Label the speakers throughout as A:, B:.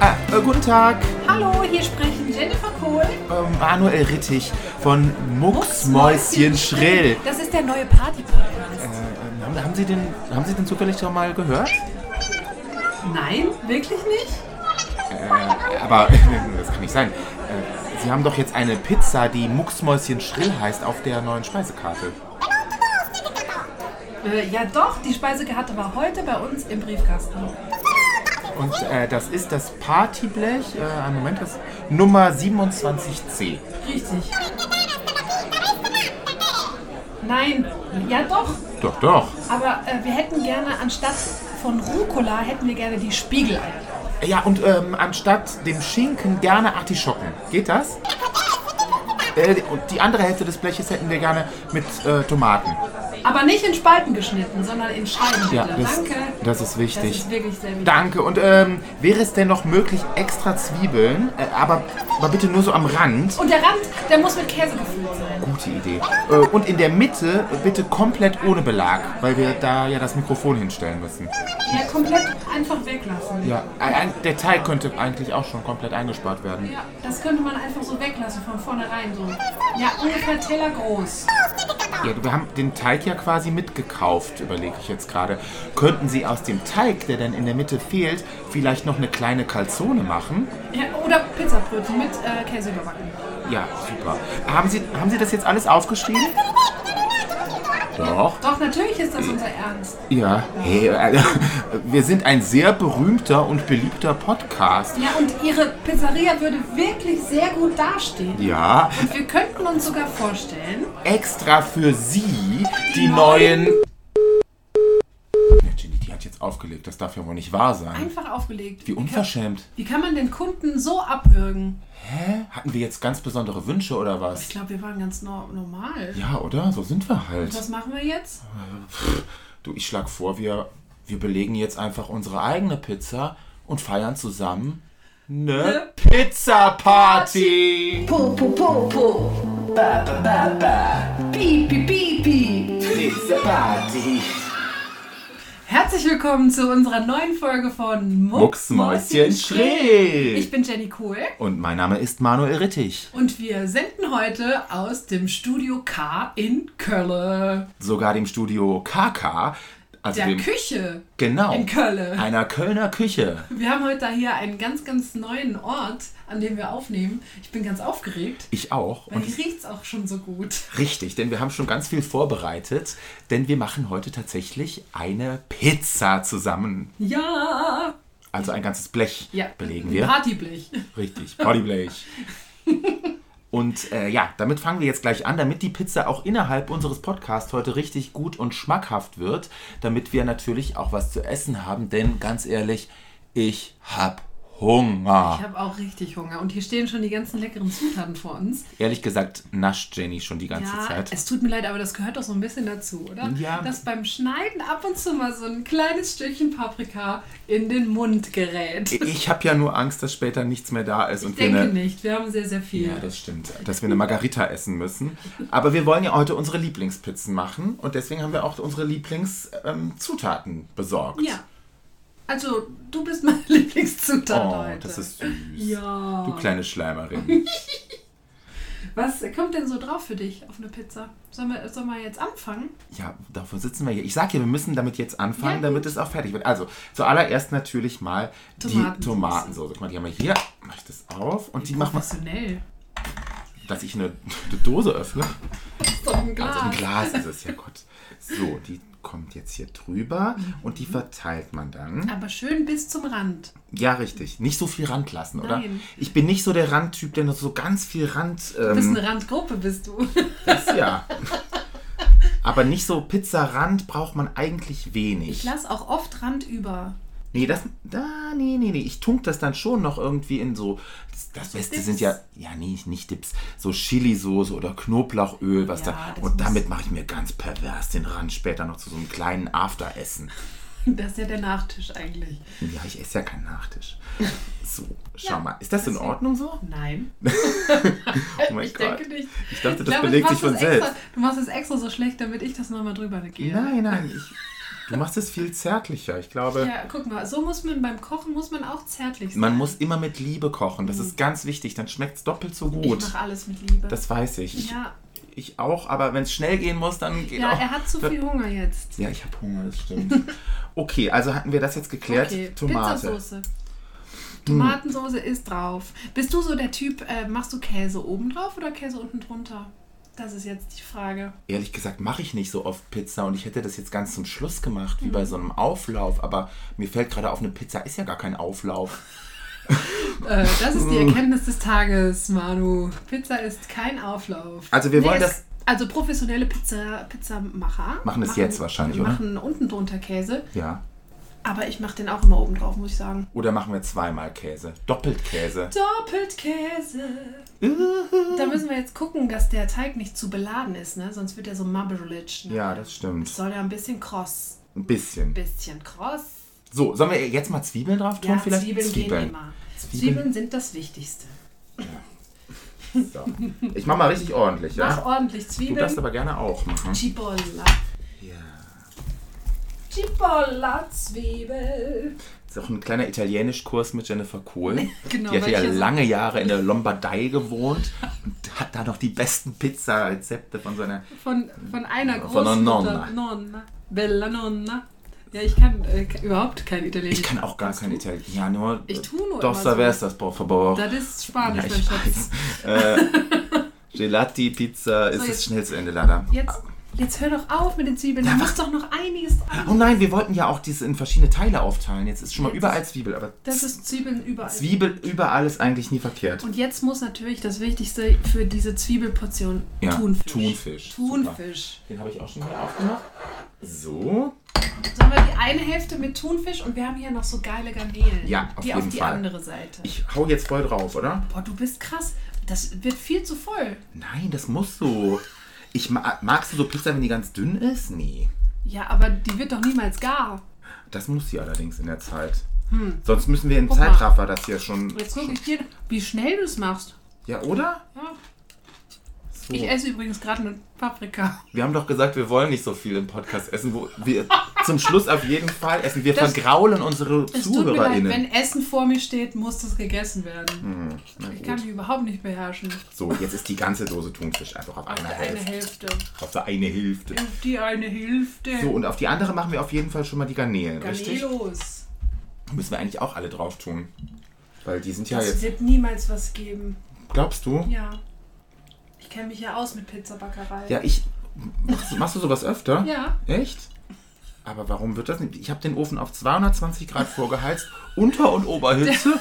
A: Ah, äh, Guten Tag,
B: Hallo, hier sprechen Jennifer Kohl.
A: ähm, Manuel Rittig von Mucksmäuschen Schrill.
B: Das ist der neue Party-Podcast.
A: Ähm, haben, haben, Sie den, haben Sie den zufällig schon mal gehört?
B: Nein, wirklich nicht?
A: Äh, aber das kann nicht sein. Äh, Sie haben doch jetzt eine Pizza, die Mucksmäuschen Schrill heißt, auf der neuen Speisekarte.
B: Äh, ja doch, die Speisekarte war heute bei uns im Briefkasten.
A: Und äh, das ist das Partyblech, äh, einen Moment, das Nummer 27c.
B: Richtig. Nein, ja doch,
A: Doch, doch.
B: aber äh, wir hätten gerne anstatt von Rucola hätten wir gerne die Spiegeleier.
A: Ja, und ähm, anstatt dem Schinken gerne Artischocken. Geht das? Äh, und die andere Hälfte des Bleches hätten wir gerne mit äh, Tomaten.
B: Aber nicht in Spalten geschnitten, sondern in Scheiben.
A: Ja,
B: bitte.
A: das,
B: Danke.
A: das ist
B: Das
A: wichtig.
B: ist wirklich sehr wichtig.
A: Danke. Und ähm, wäre es denn noch möglich, extra Zwiebeln, äh, aber, aber bitte nur so am Rand?
B: Und der Rand, der muss mit Käse gefüllt sein.
A: Gute Idee. Äh, und in der Mitte äh, bitte komplett ohne Belag, weil wir da ja das Mikrofon hinstellen müssen.
B: Ja, komplett einfach weglassen.
A: Ja, ein- ein- der Teig könnte eigentlich auch schon komplett eingespart werden.
B: Ja, das könnte man einfach so weglassen von vornherein so. Ja, ungefähr Teller groß.
A: Ja, wir haben den Teig ja quasi mitgekauft, überlege ich jetzt gerade. Könnten Sie aus dem Teig, der dann in der Mitte fehlt, vielleicht noch eine kleine Calzone machen?
B: Ja, oder Pizzabrötchen mit äh, Käse überbacken.
A: Ja, super. Haben Sie, haben Sie das jetzt alles aufgeschrieben? Doch.
B: Doch, natürlich ist das unser Ernst.
A: Ja. Hey, äh, wir sind ein sehr berühmter und beliebter Podcast.
B: Ja, und Ihre Pizzeria würde wirklich sehr gut dastehen.
A: Ja,
B: Wir könnten uns sogar vorstellen,
A: extra für Sie die neuen... Ja, Ginny, die hat jetzt aufgelegt. Das darf ja wohl nicht wahr sein.
B: einfach aufgelegt.
A: Wie unverschämt.
B: Wie kann man den Kunden so abwürgen?
A: Hatten wir jetzt ganz besondere Wünsche oder was?
B: Ich glaube, wir waren ganz no normal.
A: Ja, oder? So sind wir halt.
B: Was machen wir jetzt?
A: Du, ich schlag vor, wir, wir belegen jetzt einfach unsere eigene Pizza und feiern zusammen
C: Ne?
A: eine Pizza-Party.
C: Po po po po, ba ba ba ba, piep piep piep piep.
A: Pizza-Party.
B: Herzlich willkommen zu unserer neuen Folge von
A: Mucksmäuschen
B: Ich
A: schräg.
B: bin Jenny Kohl.
A: Und mein Name ist Manuel Rittig.
B: Und wir senden heute aus dem Studio K in Kölle.
A: Sogar dem Studio KK. Also
B: Der
A: dem,
B: Küche
A: genau.
B: in Kölle.
A: Einer Kölner Küche.
B: Wir haben heute hier einen ganz, ganz neuen Ort, an dem wir aufnehmen. Ich bin ganz aufgeregt,
A: Ich auch.
B: weil
A: Und
B: hier riecht's auch schon so gut.
A: Richtig, denn wir haben schon ganz viel vorbereitet, denn wir machen heute tatsächlich eine Pizza zusammen.
B: Ja!
A: Also ein ganzes Blech
B: Ja.
A: belegen
B: ein
A: wir.
B: Partyblech.
A: Richtig, Bodyblech. Und äh, ja, damit fangen wir jetzt gleich an, damit die Pizza auch innerhalb unseres Podcasts heute richtig gut und schmackhaft wird, damit wir natürlich auch was zu essen haben, denn ganz ehrlich, ich hab Hunger.
B: Ich habe auch richtig Hunger. Und hier stehen schon die ganzen leckeren Zutaten vor uns.
A: ehrlich gesagt nascht Jenny schon die ganze
B: Ja,
A: Zeit.
B: es tut mir leid, aber das gehört doch so ein bisschen dazu, oder?
A: Ja.
B: Dass beim Schneiden ab und zu mal so ein kleines Stückchen Paprika in den Mund gerät.
A: Ich habe ja nur Angst, dass später nichts mehr da ist und
B: Ich
A: wir eine
B: denke nicht, wir haben sehr, sehr viel.
A: Ja, das stimmt. Dass wir eine Margarita essen müssen. Aber wir wollen ja heute unsere Lieblingspizzen machen und deswegen haben wir auch unsere Lieblingszutaten besorgt.
B: Ja. Also, du bist meine Lieblingszutat
A: Oh,
B: heute.
A: das ist süß.
B: Ja.
A: Du kleine Schleimerin.
B: Was kommt denn so drauf für dich auf eine Pizza? Sollen wir, sollen wir jetzt anfangen?
A: Ja, davon sitzen wir hier. Ich sag ja, wir müssen damit jetzt anfangen,
B: Ja, gut.
A: damit es auch fertig wird. Also, zuallererst natürlich mal die
B: Tomatensoße.
A: Tomatensoße. Guck mal, die haben wir hier. Mach ich das auf und die machen wir,
B: Professionell.
A: dass ich eine, eine Dose öffne.
B: Ist doch ein Glas.
A: Also ein Glas ist es, ja Gott. So, die kommt jetzt hier drüber
B: Mhm.
A: und die verteilt man dann.
B: Aber schön bis zum Rand.
A: Ja, richtig. Nicht so viel Rand lassen, oder?
B: Nein.
A: Ich bin nicht so der Randtyp, der noch so ganz viel Rand.
B: Du bist
A: Ähm,
B: eine Randgruppe, bist du.
A: ist, ja. Aber nicht so Pizzarand braucht man eigentlich
B: Ich
A: wenig.
B: lasse auch oft Rand über.
A: Nee, das. Da, nee, nee, nee. Ich tunk das dann schon noch irgendwie in so. Das, das Beste
B: Dips?
A: sind ja. Ja, nee, nicht Dips. So Chili-Soße oder Knoblauchöl, was
B: Ja,
A: da.
B: das
A: Und
B: muss-
A: damit mache ich mir ganz pervers den Rand später noch zu so einem kleinen Afteressen.
B: Das ist ja der Nachtisch eigentlich.
A: Ja, ich esse ja keinen Nachtisch. So, schau
B: Ja,
A: mal. Ist das in
B: deswegen-
A: Ordnung so?
B: Nein.
A: Oh mein
B: ich
A: Gott.
B: denke nicht.
A: Ich dachte, das
B: glaube,
A: belegt
B: du
A: sich
B: machst
A: von
B: das extra,
A: selbst.
B: Du machst es extra so schlecht, damit ich das nochmal drüber gehe.
A: Nein, nein. Ich, Du machst es viel zärtlicher. Ich glaube,
B: Ja, guck mal, so muss man beim Kochen muss man auch zärtlich sein.
A: man muss immer mit Liebe kochen. Das ist ganz wichtig. Dann schmeckt es doppelt so gut.
B: Ich mache alles mit Liebe.
A: Das weiß ich. Ich,
B: ja,
A: ich auch, aber wenn es schnell gehen muss, dann geht
B: ja
A: auch.
B: er hat zu viel Hunger jetzt.
A: Ja, ich habe Hunger, das stimmt. Okay, also hatten wir das jetzt geklärt.
B: Okay,
A: Tomate. Hm.
B: Pizzasoße. Tomatensoße ist drauf. Bist du so der Typ, äh, machst du Käse oben drauf oder Käse unten drunter? Das ist jetzt die Frage.
A: Ehrlich gesagt mache ich nicht so oft Pizza und ich hätte das jetzt ganz zum Schluss gemacht, wie
B: Mhm.
A: bei so einem Auflauf, aber mir fällt gerade auf, eine Pizza ist ja gar kein Auflauf.
B: Äh, das ist die
A: Hm.
B: Erkenntnis des Tages, Manu. Pizza ist kein Auflauf.
A: Also wir wollen
B: es-
A: das-
B: Also professionelle Pizza, Pizzamacher
A: Machen es jetzt wahrscheinlich, oder?
B: Machen unten drunter Käse,
A: Ja.
B: aber ich mache den auch immer oben drauf, muss ich sagen.
A: Oder machen wir zweimal Käse. Doppelt Käse.
B: Doppelkäse. Da müssen wir jetzt gucken, dass der Teig nicht zu beladen ist, ne? Sonst wird er so mubbelig. Ne?
A: Ja, das stimmt.
B: Soll ja ein bisschen kross.
A: Ein bisschen.
B: Bisschen kross.
A: So, sollen wir jetzt mal Zwiebeln drauf tun?
B: Ja,
A: vielleicht?
B: Zwiebeln, gehen immer.
A: Zwiebeln.
B: Zwiebeln. sind das Wichtigste.
A: So. Ich mache mal richtig ordentlich,
B: Mach
A: ja?
B: ordentlich
A: Du
B: Zwiebeln.
A: darfst aber gerne auch machen.
B: Cipolla.
A: Ja.
B: Cipolla Zwiebel.
A: Das ist auch ein kleiner Italienischkurs mit Jennifer Kohl.
B: Genau,
A: die hat
B: weil
A: ja
B: ich ja so-
A: lange Jahre in der Lombardei gewohnt und hat da noch die besten Pizza-Rezepte von seiner.
B: Von, von
A: Von
B: einer Großmutter.
A: einer Nonna.
B: Nonna. Bella Nonna. Ja, ich kann äh, ke- überhaupt kein Italienisch.
A: Ich kann auch gar kein Italienisch. Ja, nur.
B: Ich tu nur
A: Doch,
B: immer
A: da
B: so.
A: wär's das, por favor.
B: Das ist Spanisch,
A: Ja,
B: mein
A: ich
B: Schatz.
A: weiß. äh, Gelati, Pizza ist
B: So,
A: das
B: jetzt-
A: schnellste Ende leider.
B: Jetzt, jetzt hör doch auf mit den Zwiebeln. Da muss doch noch einiges an.
A: Oh nein, wir wollten ja auch diese in verschiedene Teile aufteilen. Jetzt ist schon mal
B: Jetzt-
A: überall Zwiebel, aber
B: Das ist Zwiebeln überall.
A: Zwiebel überall ist eigentlich nie verkehrt.
B: Und jetzt muss natürlich das Wichtigste für diese Zwiebelportion
A: Ja,
B: Thunfisch.
A: Thunfisch,
B: Thunfisch.
A: Den habe ich auch schon mal aufgemacht. So.
B: Sollen wir die eine Hälfte mit Thunfisch und wir haben hier noch so geile Garnelen.
A: Ja, auf
B: die
A: jeden
B: auf die
A: Fall.
B: andere Seite.
A: Ich hau jetzt voll drauf, oder?
B: Boah, du bist krass. Das wird viel zu voll.
A: Nein, das musst du. Ich ma magst du so Pizza, wenn die ganz dünn ist? Nee.
B: Ja, aber die wird doch niemals gar.
A: Das muss sie allerdings in der Zeit. Sonst müssen wir im
B: Hm. mal.
A: Zeitraffer das hier schon.
B: Jetzt gucke ich dir, wie schnell du es machst.
A: Ja, oder?
B: Ja.
A: So.
B: Ich esse übrigens gerade eine Paprika.
A: Wir haben doch gesagt, wir wollen nicht so viel im Podcast essen, wo wir zum Schluss auf jeden Fall essen. Wir
B: Das-
A: vergraulen unsere
B: Es tut mir leid, wenn
A: ZuhörerInnen. Hm,
B: Essen vor mir steht, muss das gegessen werden.
A: Na
B: Ich kann
A: gut.
B: mich überhaupt nicht beherrschen.
A: So, jetzt ist die ganze Dose Thunfisch einfach auf
B: Auf
A: einer
B: die eine
A: Hälfte.
B: Hälfte.
A: Auf der eine Hälfte.
B: Auf die eine Hälfte.
A: So, und auf die andere machen wir auf jeden Fall schon mal die Garnelen, richtig?
B: Garnelos.
A: Müssen wir eigentlich auch alle drauf tun. Weil die sind ja
B: Es
A: jetzt.
B: wird niemals was geben.
A: Glaubst du?
B: Ja. Ich kenne mich ja aus mit Pizzabackerei.
A: Ja, ich. Machst, du- machst du sowas öfter?
B: Ja.
A: Echt? Aber warum wird das nicht? Ich habe den Ofen auf 220 Grad vorgeheizt, Unter- und Oberhitze.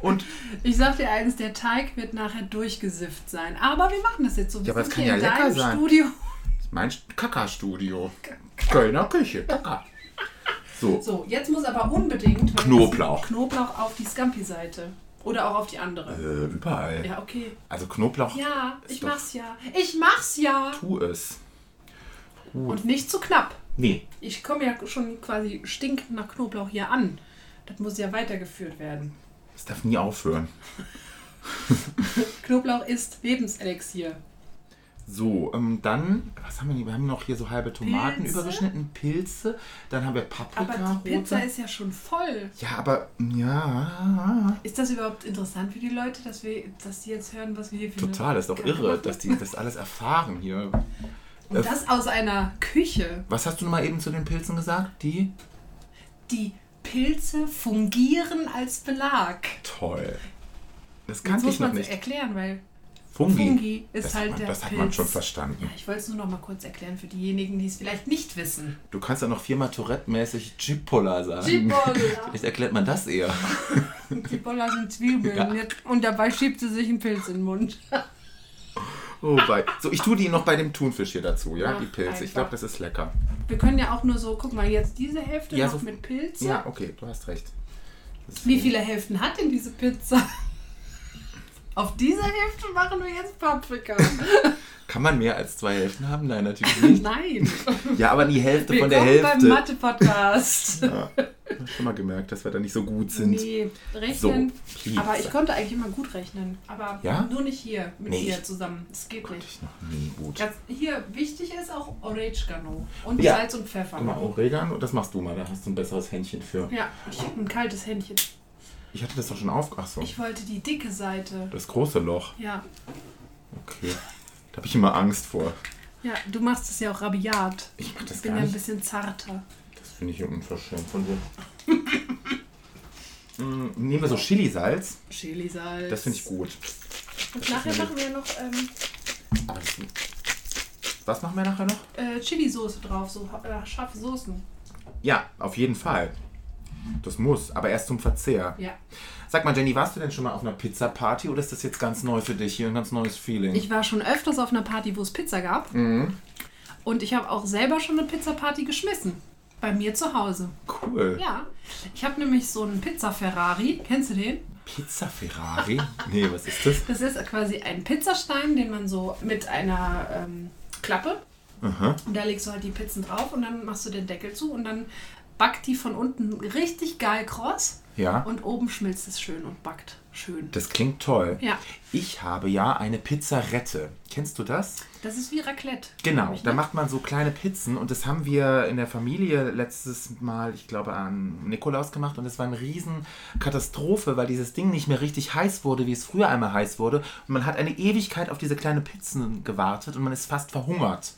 A: Und
B: Ich sag dir eins, der Teig wird nachher durchgesifft sein. Aber wir machen das jetzt so. Wir
A: Ja, aber
B: sind
A: das kann
B: hier
A: ja
B: in
A: lecker
B: deinem
A: sein.
B: Studio.
A: mein Kackerstudio. Kölner Küche, Kacker. So,
B: So, jetzt muss aber unbedingt weil
A: Knoblauch.
B: das- Knoblauch auf die Scampi-Seite. Oder auch auf die andere.
A: äh, überall.
B: Ja, okay.
A: Also Knoblauch,
B: Ja,
A: Ist
B: ich
A: doch-
B: mach's ja. Ich mach's ja.
A: tu es.
B: Und nicht zu knapp.
A: Nee,
B: Ich komme ja schon quasi stinkend nach Knoblauch hier an. Das muss ja weitergeführt werden.
A: es darf nie aufhören.
B: Knoblauch ist Lebenselixier.
A: So, ähm, dann, was haben wir hier? Wir haben noch hier so halbe Tomaten
B: Pilze.
A: übergeschnitten, Pilze, dann haben wir Paprika.
B: Aber die Pizza
A: rote.
B: ist ja schon voll.
A: Ja, aber, ja.
B: Ist das überhaupt interessant für die Leute, dass wir, dass die jetzt hören, was wir hier für eine
A: Total, das ist doch
B: Kacke
A: irre,
B: machen?
A: dass die das alles erfahren hier.
B: Und das aus einer Küche.
A: Was hast du noch mal eben zu den Pilzen gesagt? Die?
B: Die Pilze fungieren als Belag.
A: Toll. Das
B: Das
A: kannte
B: muss
A: ich noch
B: man
A: nicht.
B: erklären, weil
A: Fungi.
B: Fungi ist
A: das
B: halt
A: hat man,
B: der
A: Das hat
B: Pilz.
A: man schon verstanden.
B: ja, ich wollte es nur noch mal kurz erklären für diejenigen, die es vielleicht nicht wissen.
A: Du kannst ja noch viermal Tourette-mäßig Chipola sagen.
B: Chipolla.
A: Vielleicht erklärt man das eher.
B: Chipolla sind Zwiebeln.
A: Ja.
B: Jetzt- Und dabei schiebt sie sich einen Pilz in den Mund.
A: Oh, wei. So, ich tue die noch bei dem Thunfisch hier dazu, ja?
B: Ach,
A: die Pilze. Ich
B: einfach.
A: glaube, das ist lecker.
B: Wir können ja auch nur so, guck mal, jetzt diese Hälfte
A: Ja,
B: noch
A: so-
B: mit Pilzen.
A: Ja, okay, du hast recht. Das-
B: Wie viele Hälften hat denn diese Pizza? Auf dieser Hälfte machen wir jetzt Paprika.
A: Kann man mehr als zwei Hälften haben? Nein, natürlich nicht.
B: Nein.
A: Ja, aber die Hälfte von der
B: Willkommen beim
A: Hälfte.
B: Mathe-Podcast.
A: Ja. haben schon mal gemerkt, dass wir da nicht so gut sind.
B: Nee, rechnen.
A: So, please.
B: aber ich konnte eigentlich immer gut rechnen. Aber
A: Ja?
B: nur nicht hier mit
A: Nee,
B: dir
A: ich- Oh
B: zusammen. Das geht
A: Konnte
B: nicht.
A: ich noch nie gut.
B: Das hier wichtig ist auch Oregano und
A: Ja.
B: Salz und Pfeffer.
A: Genau, Oregano, das machst du mal, da hast du ein besseres Händchen für.
B: Ja, ich habe ein kaltes Händchen.
A: Ich hatte das doch schon auf. Ach so,
B: Ich wollte die dicke Seite.
A: das große Loch.
B: Ja,
A: Okay. Da habe ich immer Angst vor.
B: ja, du machst es ja auch rabiat.
A: Ich mach das
B: Ich bin
A: gar
B: ja ein
A: nicht.
B: bisschen zarter.
A: Das finde ich unverschämt von dir. Mm, Nehmen wir so Chilisalz.
B: Chili-Salz.
A: Das finde ich gut.
B: Und nachher machen wir noch ähm,
A: Aber das- Was machen wir nachher noch?
B: äh, Chili-Soße drauf, so äh, scharfe Soßen.
A: Ja, auf jeden Fall. Das muss, aber erst zum Verzehr.
B: Ja.
A: Sag mal, Jenny, warst du denn schon mal auf einer Pizza-Party oder ist das jetzt ganz neu für dich hier, ein ganz neues Feeling?
B: Ich war schon öfters auf einer Party, wo es Pizza gab.
A: Mhm.
B: Und ich habe auch selber schon eine Pizza-Party geschmissen. Bei mir zu Hause.
A: cool.
B: Ja. Ich habe nämlich so einen Pizza-Ferrari. Kennst du den?
A: Pizza-Ferrari? nee, was ist das?
B: Das ist quasi ein Pizzastein, den man so mit einer ähm, Klappe. Und da legst du halt die Pizzen drauf und dann machst du den Deckel zu und dann backt die von unten richtig geil kross.
A: Ja.
B: Und oben schmilzt es schön und backt schön.
A: Das klingt toll.
B: Ja.
A: Ich habe ja eine Pizzarette. Kennst du das?
B: Das ist wie Raclette.
A: Genau,
B: glaub ich,
A: da
B: ne?
A: macht man so kleine Pizzen und das haben wir in der Familie letztes Mal, ich glaube, an Nikolaus gemacht und es war eine riesen Katastrophe, weil dieses Ding nicht mehr richtig heiß wurde, wie es früher einmal heiß wurde. Und man hat eine Ewigkeit auf diese kleine Pizzen gewartet und man ist fast verhungert.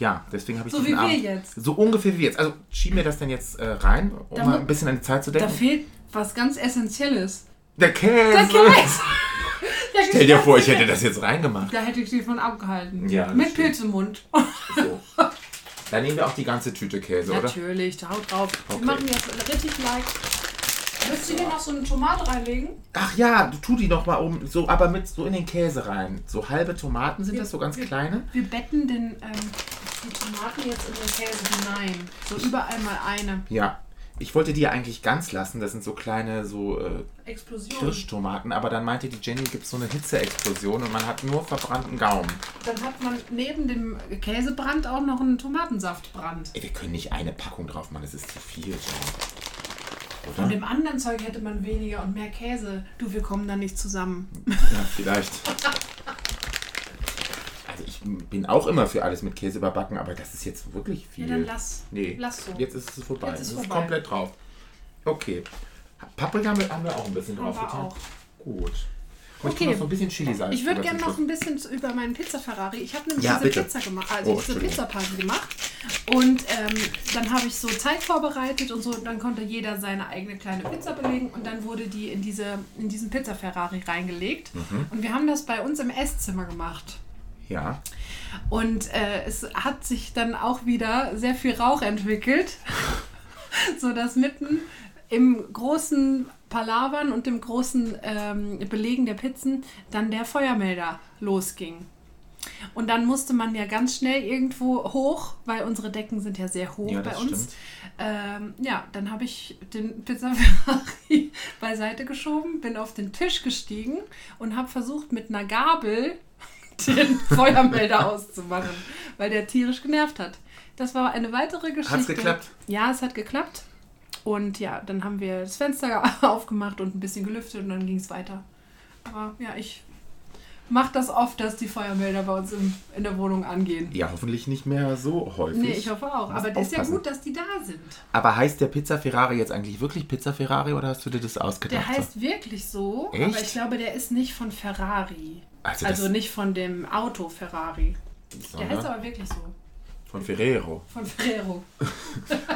A: Ja, deswegen habe ich
B: So
A: diesen
B: wie wir
A: Abend-
B: jetzt.
A: So ungefähr wie jetzt. Also schieben wir das dann jetzt äh, rein, um
B: Da
A: mal
B: mu-
A: ein bisschen an die Zeit zu
B: Da
A: denken.
B: fehlt was ganz Essentielles.
A: Der Käse!
B: Der Käse!
A: Stell dir vor, ich hätte das jetzt reingemacht.
B: Da hätte ich dich von abgehalten.
A: Ja, das
B: Mit
A: stimmt.
B: Pilz im Mund.
A: So. Dann nehmen wir auch die ganze Tüte Käse, oder?
B: Natürlich, da haut drauf.
A: Okay.
B: Wir machen jetzt richtig leicht. Willst du hier noch so eine Tomate reinlegen?
A: Ach ja, du tu die noch mal oben, so, aber mit so in den Käse rein. So halbe Tomaten sind das so ganz kleine.
B: Wir betten den, ähm, die Tomaten jetzt in den Käse hinein. So überall mal eine.
A: Ja. Ich wollte die ja eigentlich ganz lassen. Das sind so kleine, so äh,
B: Explosion.
A: Kirschtomaten. Aber dann meinte die Jenny, gibt so eine Hitzeexplosion und man hat nur verbrannten Gaumen.
B: Dann hat man neben dem Käsebrand auch noch einen Tomatensaftbrand.
A: Ey, wir können nicht eine Packung drauf machen, das ist zu viel. Jenny.
B: Von
A: Oder?
B: dem anderen Zeug hätte man weniger und mehr Käse. Du, wir kommen da nicht zusammen.
A: Ja, vielleicht. Also ich bin auch immer für alles mit Käse überbacken, aber das ist jetzt wirklich viel.
B: Ja, dann lass.
A: Nee,
B: Lass so.
A: jetzt ist es vorbei.
B: Jetzt ist
A: es ist
B: vorbei.
A: komplett drauf. Okay. Paprika haben wir- haben wir auch ein bisschen
B: Haben wir
A: draufgetan.
B: auch.
A: Gut. Und ich
B: Okay.
A: tue noch so ein bisschen Chilisalz.
B: Ich würde
A: drüber
B: gerne
A: zum
B: noch
A: Schluss.
B: ein bisschen zu- über meinen Pizza-Ferrari. Ich habe nämlich
A: Ja,
B: diese
A: bitte.
B: Pizza gemacht, also
A: Oh,
B: diese
A: Entschuldigung.
B: Pizzaparty gemacht. Und ähm, dann habe ich so Teig vorbereitet und so. Und dann konnte jeder seine eigene kleine Pizza belegen. Und dann wurde die in, diese, in diesen Pizza-Ferrari reingelegt.
A: Mhm.
B: Und wir haben das bei uns im Esszimmer gemacht.
A: Ja.
B: Und äh, es hat sich dann auch wieder sehr viel Rauch entwickelt, sodass mitten im großen Palavern und dem großen ähm, Belegen der Pizzen dann der Feuermelder losging. Und dann musste man ja ganz schnell irgendwo hoch, weil unsere Decken sind ja sehr hoch
A: Ja,
B: bei
A: das
B: uns.
A: stimmt.
B: Ähm, ja, dann habe ich den Pizza Ferrari beiseite geschoben, bin auf den Tisch gestiegen und habe versucht, mit einer Gabel den Feuermelder auszumachen, weil der tierisch genervt hat. Das war eine weitere Geschichte.
A: geklappt?
B: Ja, es hat geklappt. Und ja, dann haben wir das Fenster aufgemacht und ein bisschen gelüftet und dann ging es weiter. Aber ja, ich mache das oft, dass die Feuermelder bei uns im, in der Wohnung angehen.
A: Ja, hoffentlich nicht mehr so häufig.
B: Nee, ich hoffe auch.
A: Muss
B: Aber ist ja
A: aufpassen.
B: gut, dass die da sind.
A: Aber heißt der Pizza Ferrari jetzt eigentlich wirklich Pizza Ferrari oder hast du dir das ausgedacht?
B: Der heißt wirklich so, aber
A: Echt?
B: ich glaube, der ist nicht von Ferrari.
A: Also
B: Also,
A: das-
B: nicht von dem Auto Ferrari. Der
A: Sondern
B: heißt aber wirklich so.
A: ne? von Ferrero.
B: Von Ferrero.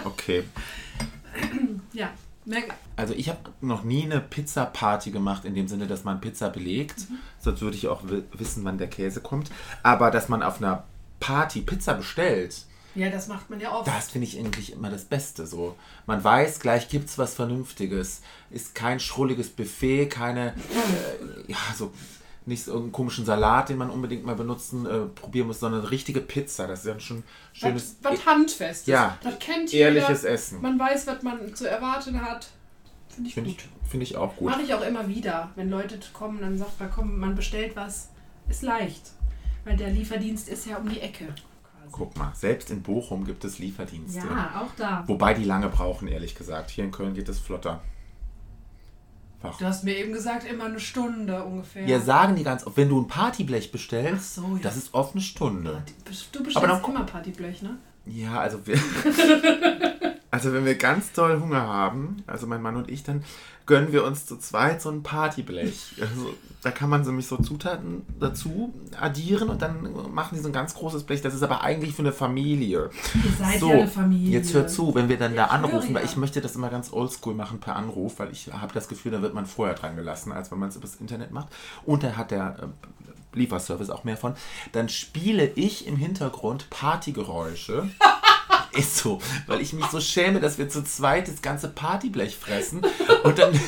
A: Okay.
B: Ja. Merk-
A: Also ich habe noch nie eine Pizza-Party gemacht, in dem Sinne, dass man Pizza belegt.
B: Mhm.
A: Sonst würde ich auch wi- wissen, wann der Käse kommt. Aber dass man auf einer Party Pizza bestellt,
B: Ja, das macht man ja oft.
A: das finde ich eigentlich immer das Beste. So, man weiß, gleich gibt's was Vernünftiges. Ist kein schrulliges Buffet, keine, äh, ja, so nicht so irgendeinen komischen Salat, den man unbedingt mal benutzen äh, probieren muss, sondern richtige Pizza. Das ist ja schon ein schönes. E-
B: was, was Handfestes.
A: Ja,
B: Das kennt jeder.
A: ehrliches Essen.
B: Man weiß, was man zu erwarten hat. Finde ich
A: Finde
B: gut.
A: ich, finde ich auch gut.
B: Mache ich auch immer wieder. Wenn Leute kommen, dann sagt man, komm, man bestellt was. Ist leicht. Weil der Lieferdienst ist ja um die Ecke. quasi. quasi.
A: Guck mal, selbst in Bochum gibt es Lieferdienste.
B: Ja, auch da.
A: Wobei die lange brauchen, ehrlich gesagt. Hier in Köln geht es flotter.
B: Du hast mir eben gesagt, immer eine Stunde ungefähr.
A: Ja, sagen die ganz oft, wenn du ein Partyblech bestellst,
B: Ach so, ja.
A: das ist oft eine Stunde.
B: Du bestellst
A: Aber dann-
B: immer Partyblech, ne?
A: Ja, also wir, also wenn wir ganz doll Hunger haben, also mein Mann und ich, dann gönnen wir uns zu zweit so ein Partyblech. Also, da kann man so nämlich so Zutaten dazu addieren und dann machen die so ein ganz großes Blech. Das ist aber eigentlich für eine Familie.
B: Ihr seid ja eine Familie.
A: jetzt hör zu, wenn wir dann da
B: Ich höre
A: anrufen, weil
B: ja.
A: ich möchte das immer ganz oldschool machen per Anruf, weil ich habe das Gefühl, da wird man vorher dran gelassen, als wenn man es übers Internet macht. Und da hat der äh, Lieferservice auch mehr von. Dann spiele ich im Hintergrund Partygeräusche. Ist so, weil ich mich so schäme, dass wir zu zweit das ganze Partyblech fressen und dann,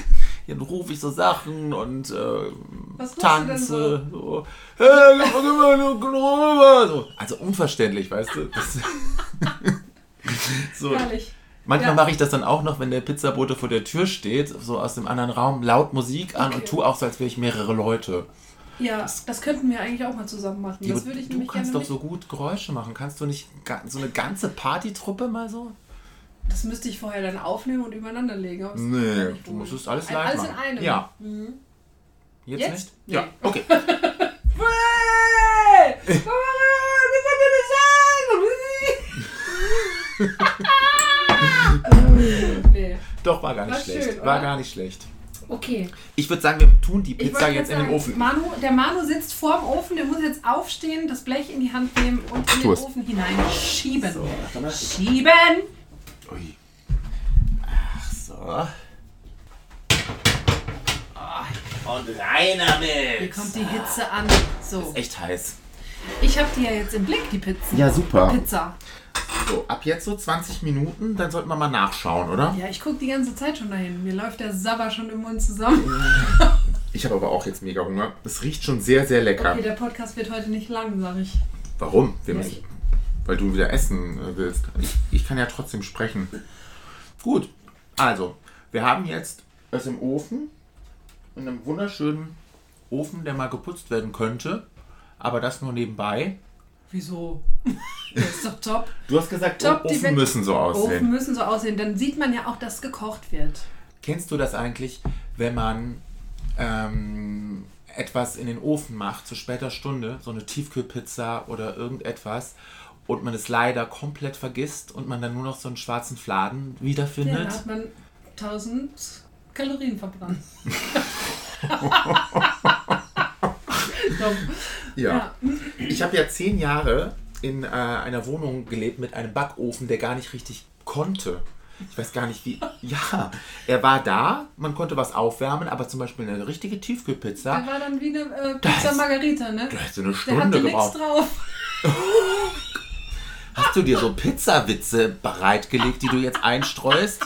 A: dann rufe ich so Sachen und äh,
B: Was rufst du denn
A: tanze. So. Hey, gib mal- gib mal nur Knoblauch. So. Also unverständlich, weißt du? Das, so.
B: Herrlich.
A: Manchmal
B: Ja.
A: mache ich das dann auch noch, wenn der Pizzabote vor der Tür steht, so aus dem anderen Raum, laut Musik an und
B: Okay.
A: tu auch so, als wäre ich mehrere Leute.
B: Ja, das könnten wir eigentlich auch mal zusammen machen.
A: Liebe,
B: das würde ich
A: du
B: nämlich
A: kannst
B: gerne
A: doch
B: mit-
A: so gut Geräusche machen. Kannst du nicht ga- so eine ganze Partytruppe mal so?
B: Das müsste ich vorher dann aufnehmen und übereinander legen. aber das kann ich
A: Nee,
B: nicht
A: du
B: wohl.
A: musst es alles
B: Ein-
A: live
B: Alles
A: machen.
B: in einem.
A: Ja.
B: Mhm.
A: Jetzt,
B: Jetzt?
A: nicht?
B: Nee.
A: Ja, okay.
B: Hey! Komm mal rüber, wir können dir nicht sagen! Nee.
A: Doch, war gar nicht
B: War
A: schlecht.
B: schön,
A: war
B: oder?
A: gar nicht schlecht.
B: Okay.
A: Ich würde sagen, wir tun die
B: Ich
A: Pizza
B: wollte
A: jetzt in
B: gerade
A: den
B: sagen,
A: Ofen.
B: Manu, der Manu sitzt vorm Ofen, der muss jetzt aufstehen, das Blech in die Hand nehmen und in
A: Tu
B: den
A: es.
B: Ofen hineinschieben.
A: warte mal.
B: Schieben!
A: Ui. Ach so. Und rein
B: Hier
A: damit.
B: kommt die Hitze an. So,
A: Echt heiß.
B: ich habe die ja jetzt im Blick, die Pizzen.
A: Ja, super.
B: Pizza.
A: So, ab jetzt so 20 Minuten, dann sollten wir mal nachschauen, oder?
B: Ja, ich gucke die ganze Zeit schon dahin. Mir läuft der Sabber schon im Mund zusammen.
A: Ich habe aber auch jetzt mega Hunger. Es riecht schon sehr, sehr lecker.
B: Okay, der Podcast wird heute nicht lang, sag ich.
A: Warum? Wir
B: Ja,
A: müssen, weil du wieder essen äh, willst. Ich, ich kann ja trotzdem sprechen. Gut, also, wir haben jetzt es im Ofen, in einem wunderschönen Ofen, der mal geputzt werden könnte. Aber das nur nebenbei.
B: Wieso? Der ist doch top.
A: Du hast gesagt,
B: Top, die
A: Ofen
B: Welt-
A: müssen so aussehen.
B: Ofen müssen so aussehen. Dann sieht man ja auch, dass gekocht wird.
A: Kennst du das eigentlich, wenn man ähm, etwas in den Ofen macht zu später Stunde, so eine Tiefkühlpizza oder irgendetwas, und man es leider komplett vergisst und man dann nur noch so einen schwarzen Fladen
B: Ja,
A: wiederfindet?
B: da hat man 1000 Kalorien verbrannt. Dumm. Ja.
A: Ich habe ja zehn Jahre in äh, einer Wohnung gelebt mit einem Backofen, der gar nicht richtig konnte. Ich weiß gar nicht wie. Ja, er war da, man konnte was aufwärmen, aber zum Beispiel eine richtige Tiefkühlpizza,
B: Der war dann wie eine äh, Pizza Margarita, ne?
A: da hätte eine
B: Der hatte
A: Stunde
B: nichts
A: gebraucht.
B: drauf.
A: Hast du dir so Pizzawitze bereitgelegt, die du jetzt einstreust?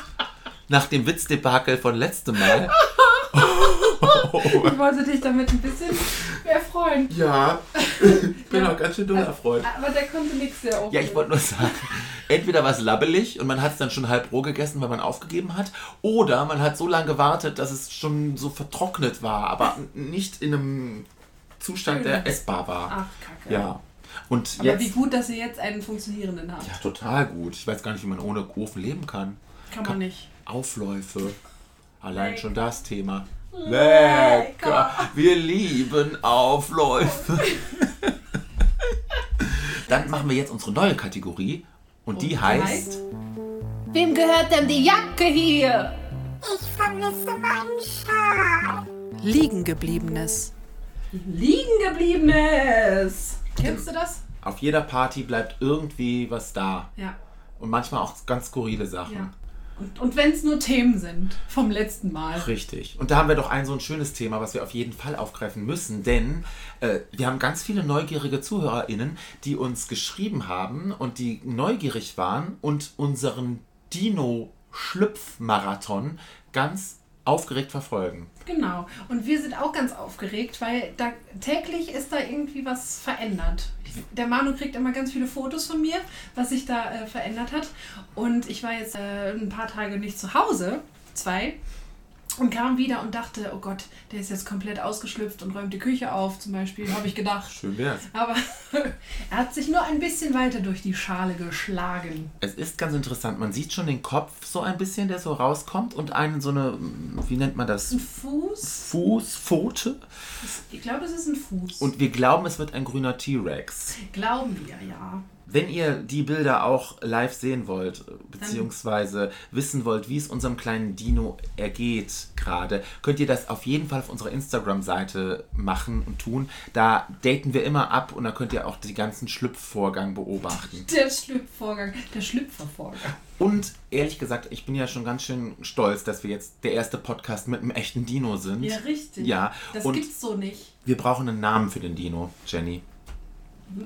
A: Nach dem Witzdebakel von letztem Mal?
B: Ich wollte dich damit ein bisschen erfreuen.
A: Ja, ich bin auch ganz schön dumm erfreut.
B: Aber der konnte nichts sehr offen.
A: Ja, ich wollte nur sagen, entweder war es labbelig und man hat es dann schon halb roh gegessen, weil man aufgegeben hat, oder man hat so lange gewartet, dass es schon so vertrocknet war, aber nicht in einem Zustand, der essbar war.
B: Ach, kacke.
A: Ja. Und
B: Ah, Aber wie
A: jetzt.
B: gut, dass ihr jetzt einen funktionierenden habt.
A: Ja, total gut. Ich weiß gar nicht, wie man ohne Ofen leben kann.
B: Kann man nicht.
A: Aufläufe. Allein
B: Lecker.
A: schon das Thema.
B: Lecker.
A: Wir lieben Aufläufe. Dann machen wir jetzt unsere neue Kategorie und, die heißt.
C: Wem gehört denn die Jacke hier?
B: Liegengebliebenes. Liegengebliebenes. Kennst du das?
A: Auf jeder Party bleibt irgendwie was da.
B: Ja.
A: Und manchmal auch ganz skurrile Sachen.
B: ja. Und, und wenn es nur Themen sind vom letzten Mal.
A: Richtig. Und da haben wir doch ein so ein schönes Thema, was wir auf jeden Fall aufgreifen müssen, denn äh, wir haben ganz viele neugierige ZuhörerInnen, die uns geschrieben haben und die neugierig waren und unseren Dino-Schlüpf-Marathon ganz aufgeregt verfolgen.
B: Genau. Und wir sind auch ganz aufgeregt, weil da, täglich ist da irgendwie was verändert. Der Manu kriegt immer ganz viele Fotos von mir, was sich da äh, verändert hat. Und ich war jetzt äh, ein paar Tage nicht zu Hause, zwei. Und kam wieder und dachte, oh Gott, der ist jetzt komplett ausgeschlüpft und räumt die Küche auf, zum Beispiel, habe ich gedacht.
A: Schön wär's.
B: Aber er hat sich nur ein bisschen weiter durch die Schale geschlagen.
A: Es ist ganz interessant. Man sieht schon den Kopf so ein bisschen, der so rauskommt und einen so eine, wie nennt man das?
B: Ein Fuß?
A: Fuß, Pfote.
B: Ich glaube, es ist ein Fuß.
A: Und wir glauben, es wird ein grüner T-Rex.
B: Glauben wir, ja.
A: Wenn ihr die Bilder auch live sehen wollt, äh, beziehungsweise wissen wollt, wie es unserem kleinen Dino ergeht gerade, könnt ihr das auf jeden Fall auf unserer Instagram-Seite machen und tun. Da daten wir immer ab und da könnt ihr auch den ganzen Schlüpfvorgang beobachten.
B: Der Schlüpfvorgang, der Schlüpfervorgang.
A: Und ehrlich gesagt, ich bin ja schon ganz schön stolz, dass wir jetzt der erste Podcast mit einem echten Dino sind.
B: Ja, richtig.
A: Hm? Ja,
B: Das
A: und
B: gibt's so nicht.
A: wir brauchen einen Namen für den Dino, Jenny.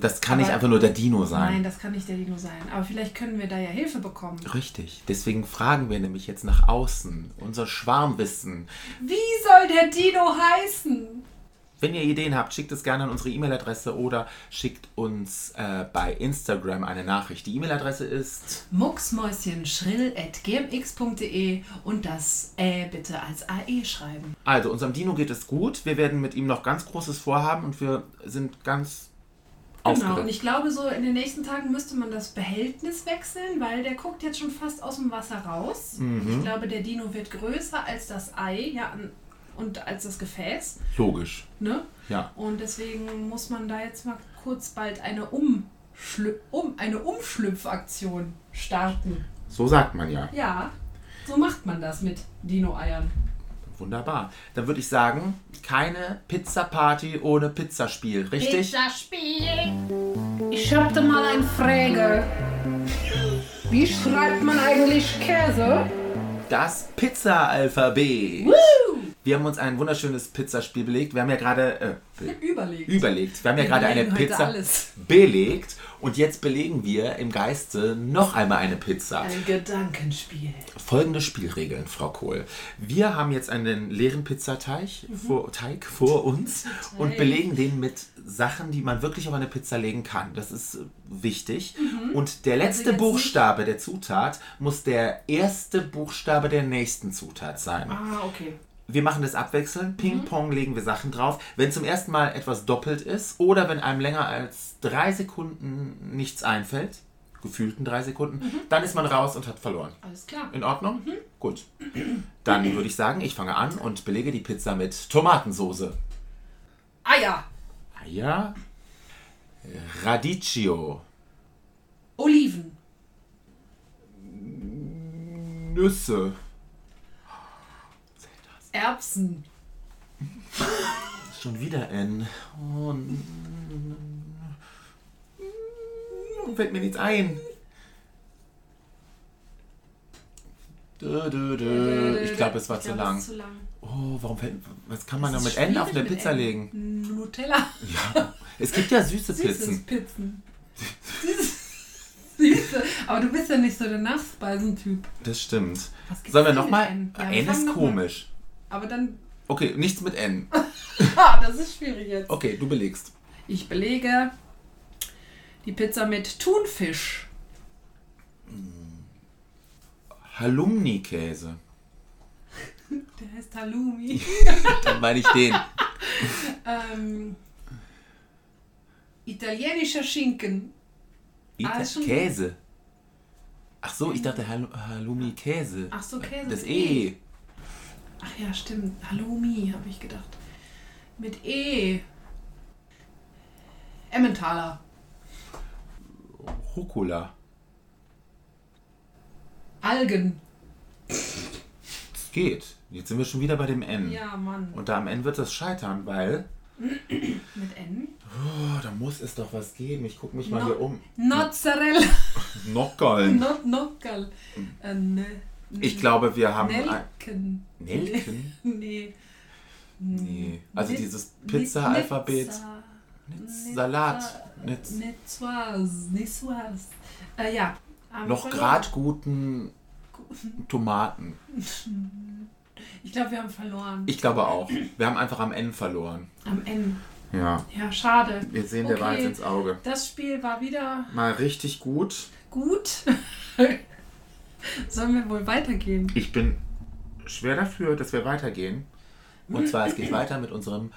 A: Das kann nicht
B: Mhm. Aber-
A: einfach nur der Dino sein.
B: Nein, das kann nicht der Dino sein. Aber vielleicht können wir da ja Hilfe bekommen.
A: Richtig. Deswegen fragen wir nämlich jetzt nach außen, unser Schwarmwissen.
B: Wie soll der Dino heißen?
A: Wenn ihr Ideen habt, schickt es gerne an unsere E-Mail-Adresse oder schickt uns äh, bei Instagram eine Nachricht. Die E-Mail-Adresse ist
B: Mucksmäuschen und das Äh bitte als AE schreiben.
A: also unserem Dino geht es gut. Wir werden mit ihm noch ganz großes vorhaben und wir sind ganz
B: Genau, und
A: aufgeregt.
B: ich glaube, so in den nächsten Tagen müsste man das Behältnis wechseln, weil der guckt jetzt schon fast aus dem Wasser raus.
A: Mhm.
B: Ich glaube, der Dino wird größer als das Ei ja, an- und als das Gefäß.
A: Logisch.
B: Ne?
A: Ja.
B: Und deswegen muss man da jetzt mal kurz bald eine, Umschlü um, eine Umschlüpfaktion starten.
A: So sagt man ja.
B: Ja, so macht man das mit Dino-Eiern.
A: Wunderbar. Dann würde ich sagen, keine Pizza-Party ohne Pizzaspiel, richtig?
B: Pizzaspiel!
C: Ich hab da mal eine Frage. Wie schreibt man eigentlich Käse?
A: Das Pizza-Alphabet. Wir haben uns ein wunderschönes Pizzaspiel belegt. Wir haben ja gerade äh, be-
B: Überlegt.
A: überlegt. Wir haben ja gerade eine
B: belegen heute
A: Pizza
B: alles.
A: belegt und jetzt belegen wir im Geiste noch einmal eine Pizza.
B: Ein Gedankenspiel.
A: Folgende Spielregeln, Frau Kohl. Wir haben jetzt einen leeren Pizzateig
B: Mhm.
A: vor, Teig vor uns und belegen den mit Sachen, die man wirklich auf eine Pizza legen kann. Das ist äh, wichtig. Und der letzte
B: Mhm. Also jetzt nicht-
A: Buchstabe der Zutat muss der erste Buchstabe der nächsten Zutat sein.
B: Ah, okay.
A: Wir machen das abwechselnd. Ping-Pong legen wir Sachen drauf. Wenn zum ersten Mal etwas doppelt ist oder wenn einem länger als drei Sekunden nichts einfällt, gefühlten drei Sekunden, dann ist man raus und hat verloren.
B: Alles klar.
A: In Ordnung? Gut. Dann würde ich sagen, ich fange an und belege die Pizza mit Tomatensoße.
B: Eier,
A: Eier. Radicchio.
B: Oliven,
A: Nüsse.
B: Erbsen,
A: Schon wieder N. Oh, n- fällt mir nichts ein. Dö, dö, dö. Ich glaube, es war
B: Ich
A: zu
B: glaub, es
A: lang.
B: ist zu lang.
A: Oh, warum fällt. Was kann man da
B: Es
A: mit
B: ist
A: N auf
B: schwierig
A: eine
B: mit
A: Pizza
B: N.
A: legen?
B: Nutella.
A: Es gibt ja süße
B: Süßes
A: Pizzen.
B: Pizzen. Süßes- Süße. Aber du bist ja nicht so der Nachspeisentyp.
A: Das stimmt.
B: Was gibt's
A: Sollen wir
B: denn mit
A: nochmal?
B: N? Ja, wir
A: N
B: fangen
A: ist
B: noch mal-
A: komisch.
B: Aber dann.
A: Okay, nichts mit N.
B: Ah, das ist schwierig jetzt.
A: Okay, du belegst.
B: Ich belege die Pizza mit Thunfisch.
A: Halloumi-Käse.
B: Der heißt Halloumi.
A: Dann meine ich den.
B: Ah, ähm, italienischer Schinken. Ah,
A: Ita
B: ist schon-
A: Käse. Ach so, ich dachte Hall Halloumi-Käse.
B: Ach so, Käse.
A: Das
B: mit
A: E.
B: Ach ja, stimmt. Halloumi, habe ich gedacht. Mit E. Emmentaler.
A: Rucola.
B: Algen.
A: Das geht. Jetzt sind wir schon wieder bei dem N.
B: Ja, Mann.
A: Und da am N wird das scheitern, weil.
B: Mit N?
A: Oh, da muss es doch was geben. Ich gucke mich mal hier um.
B: Mozzarella.
A: Nockeln.
B: Not Nockerl. Äh, ne.
A: Ich glaube, wir haben. ein-
B: Nelken.
A: Nelken?
B: Nee.
A: Nee. Also
B: Nit-
A: dieses Pizza-Alphabet. Nitz- Salat. Nitz.
B: Nizwas. Nizwas. Äh, ja. Haben
A: Noch
B: wir
A: grad guten Tomaten.
B: verloren? Ich glaube, wir haben verloren.
A: Ich glaube auch. Wir haben einfach am N verloren.
B: Am N.
A: Ja.
B: Ja, schade.
A: Wir sehen der
B: Okay.
A: Wahrheit ins Auge.
B: Das Spiel war wieder
A: Mal richtig gut.
B: gut. Sollen wir wohl weitergehen?
A: Ich bin schwer dafür, dass wir weitergehen. Und zwar, es geht weiter mit unserem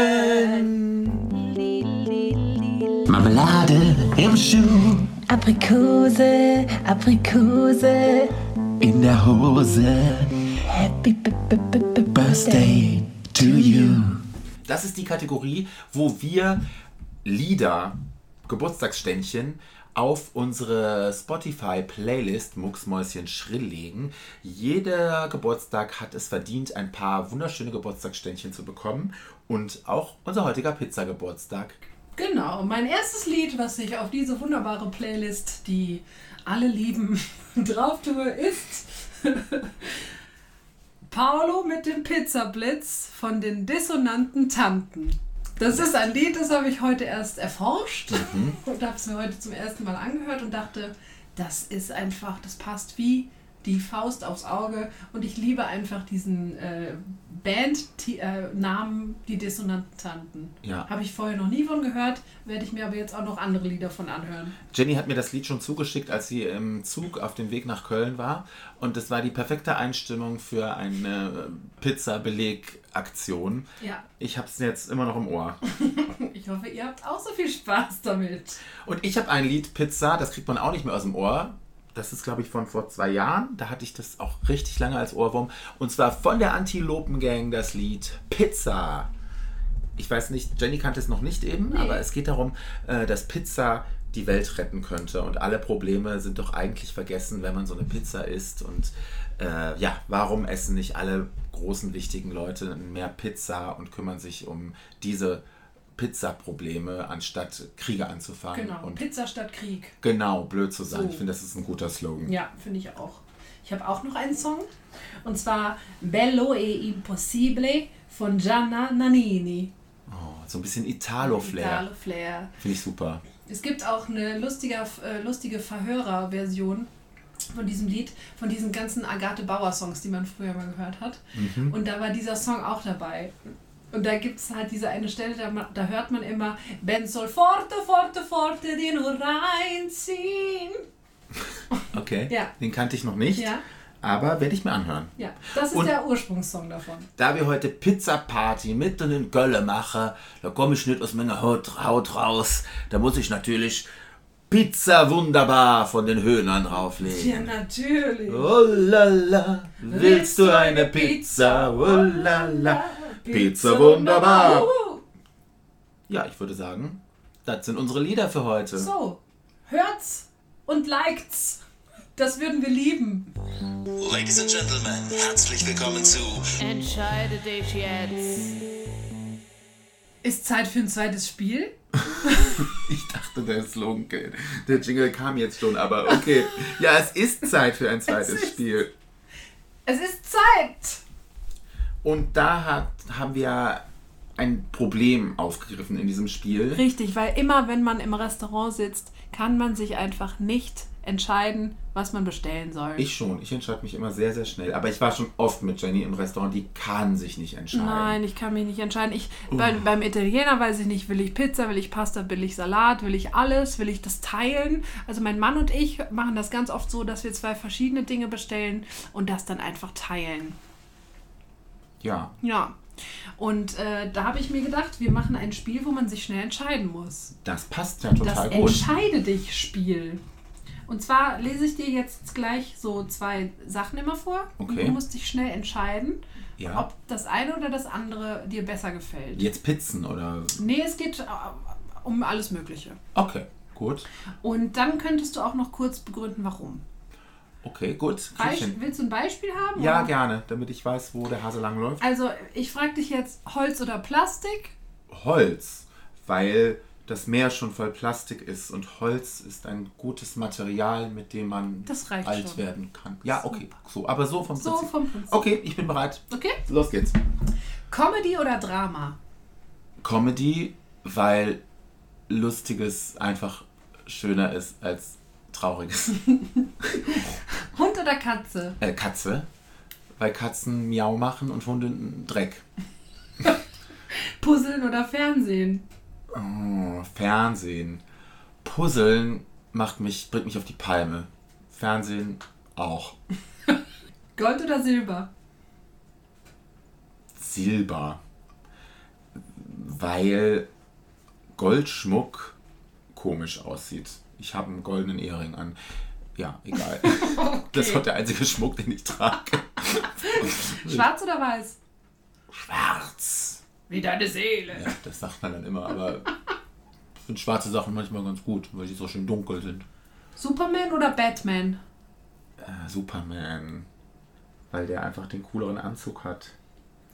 A: Geburtstagsständchen.
D: Marmelade im Schuh,
E: Aprikose, Aprikose,
D: in der Hose.
E: Happy b -b -b -b Birthday.
D: Birthday to you.
A: Das ist die Kategorie, wo wir Lieder, Geburtstagsständchen auf unsere Spotify-Playlist Mucksmäuschen Schrill legen. Jeder Geburtstag hat es verdient, ein paar wunderschöne Geburtstagsständchen zu bekommen. Und auch unser heutiger Pizzageburtstag.
B: Genau, mein erstes Lied, was ich auf diese wunderbare Playlist, die alle lieben, drauf tue, ist Paolo mit dem Pizzablitz von den dissonanten Tanten. Das ist ein Lied, das habe ich heute erst erforscht
A: Mhm.
B: und habe es mir heute zum ersten Mal angehört und dachte, das ist einfach, das passt wie die Faust aufs Auge und ich liebe einfach diesen äh, Bandnamen, die dissonanten Tanten.
A: Ja.
B: Habe ich vorher noch nie von gehört, werde ich mir aber jetzt auch noch andere Lieder von anhören.
A: Jenny hat mir das Lied schon zugeschickt, als sie im Zug auf dem Weg nach Köln war. Und es war die perfekte Einstimmung für eine Pizza-Beleg-Aktion.
B: Ja,
A: Ich habe es jetzt immer noch im Ohr.
B: ich hoffe, ihr habt auch so viel Spaß damit.
A: Und ich habe ein Lied Pizza, das kriegt man auch nicht mehr aus dem Ohr. Das ist, glaube ich, von vor zwei Jahren. Da hatte ich das auch richtig lange als Ohrwurm. Und zwar von der Antilopengang das Lied Pizza. Ich weiß nicht, Jenny kannte es noch nicht eben, aber es geht darum, äh, dass Pizza die Welt retten könnte. Und alle Probleme sind doch eigentlich vergessen, wenn man so eine Pizza isst. Und äh, ja, warum essen nicht alle großen, wichtigen Leute mehr Pizza und kümmern sich um diese Pizza-Probleme, anstatt Kriege anzufangen?
B: Genau,
A: Und
B: Pizza statt Krieg.
A: Genau, blöd zu sein.
B: So.
A: Ich finde, das ist ein guter Slogan.
B: Ja, finde ich auch. Ich habe auch noch einen Song und zwar Bello e Impossible von Gianna Nannini.
A: Oh, so ein bisschen Italo-Flair.
B: Italo Flair.
A: Finde ich super.
B: Es gibt auch eine lustige, äh, lustige Verhörer-Version von diesem Lied, von diesen ganzen Agathe Bauer-Songs, die man früher mal gehört hat.
A: Mhm.
B: Und da war dieser Song auch dabei. Und da gibt es halt diese eine Stelle, da, ma- da hört man immer Ben soll forte, forte, forte den reinziehen.
A: Okay.
B: Ja.
A: Den kannte ich noch nicht,
B: Ja,
A: aber werde ich mir anhören.
B: ja. Das ist
A: Und-
B: der Ursprungssong davon.
A: Da wir heute Pizza-Party mitten in Gölle machen, da komme ich nicht aus meiner Haut, Haut raus. Da muss ich natürlich Pizza wunderbar von den Höhnern
B: Ja,
A: rauflegen.
B: natürlich.
A: Oh la la, willst du eine Pizza? Oh la la, Pizza wunderbar.
B: Uhu.
A: Ja, ich würde sagen, das sind unsere Lieder für heute.
B: So, hört's und liked's. Das würden wir lieben.
F: Ladies and Gentlemen, herzlich willkommen zu
G: Entscheide dich jetzt.
B: Ist Zeit für ein zweites Spiel?
A: Ich dachte, der Slogan, geht. der Jingle kam jetzt schon, aber okay. Ja, es ist Zeit für ein zweites
B: Es ist-
A: Spiel.
B: Es ist Zeit!
A: Und da hat, haben wir ein Problem aufgegriffen in diesem Spiel.
B: Richtig, weil immer wenn man im Restaurant sitzt, kann man sich einfach nicht entscheiden, was man bestellen soll.
A: Ich schon. Ich entscheide mich immer sehr, sehr schnell. Aber ich war schon oft mit Jenny im Restaurant, die kann sich nicht entscheiden.
B: Nein, ich kann mich nicht entscheiden. Ich,
A: Oh.
B: bei, beim Italiener weiß ich nicht, will ich Pizza, will ich Pasta, will ich Salat, will ich alles, will ich das teilen. Also mein Mann und ich machen das ganz oft so, dass wir zwei verschiedene Dinge bestellen und das dann einfach teilen.
A: Ja.
B: Ja. Und äh, da habe ich mir gedacht, wir machen ein Spiel, wo man sich schnell entscheiden muss.
A: Das passt ja total
B: das
A: gut.
B: Entscheide dich Spiel. Und zwar lese ich dir jetzt gleich so zwei Sachen immer vor. Und
A: Okay.
B: du musst dich schnell entscheiden,
A: Ja.
B: ob das eine oder das andere dir besser gefällt.
A: Jetzt Pizzen oder.
B: Nee, es geht äh, um alles Mögliche.
A: Okay, gut.
B: Und dann könntest du auch noch kurz begründen, warum.
A: Okay, gut. Krieg ich
B: Beisp
A: hin.
B: willst du ein Beispiel haben?
A: Ja,
B: oder?
A: gerne, damit ich weiß, wo der Hase lang läuft.
B: Also, ich frage dich jetzt, Holz oder Plastik?
A: Holz, weil das Meer schon voll Plastik ist und Holz ist ein gutes Material, mit dem man
B: Das reicht
A: alt
B: schon.
A: werden kann. Ja, okay, so, aber so vom
B: So
A: Prinzip.
B: vom Prinzip.
A: Okay, ich bin bereit.
B: Okay.
A: Los geht's.
B: Comedy oder Drama?
A: Comedy, weil lustiges einfach schöner ist als trauriges.
B: Hund oder Katze?
A: äh, Katze, weil Katzen miau machen und Hunde n- Dreck.
B: Puzzeln oder Fernsehen?
A: Oh, Fernsehen. Puzzeln macht mich, bringt mich auf die Palme. Fernsehen Auch.
B: Gold oder Silber?
A: Silber. Weil Goldschmuck komisch aussieht. Ich habe einen goldenen Ehering an. Ja, egal. Das ist auch der einzige Schmuck, den ich trage. Hm.
B: Schwarz oder weiß?
A: Schwarz.
C: Wie deine Seele.
A: Ja, das sagt man dann immer, aber ich finde schwarze Sachen manchmal ganz gut, weil die so schön dunkel sind.
B: Superman oder Batman?
A: Äh, Superman. Weil der einfach den cooleren Anzug hat.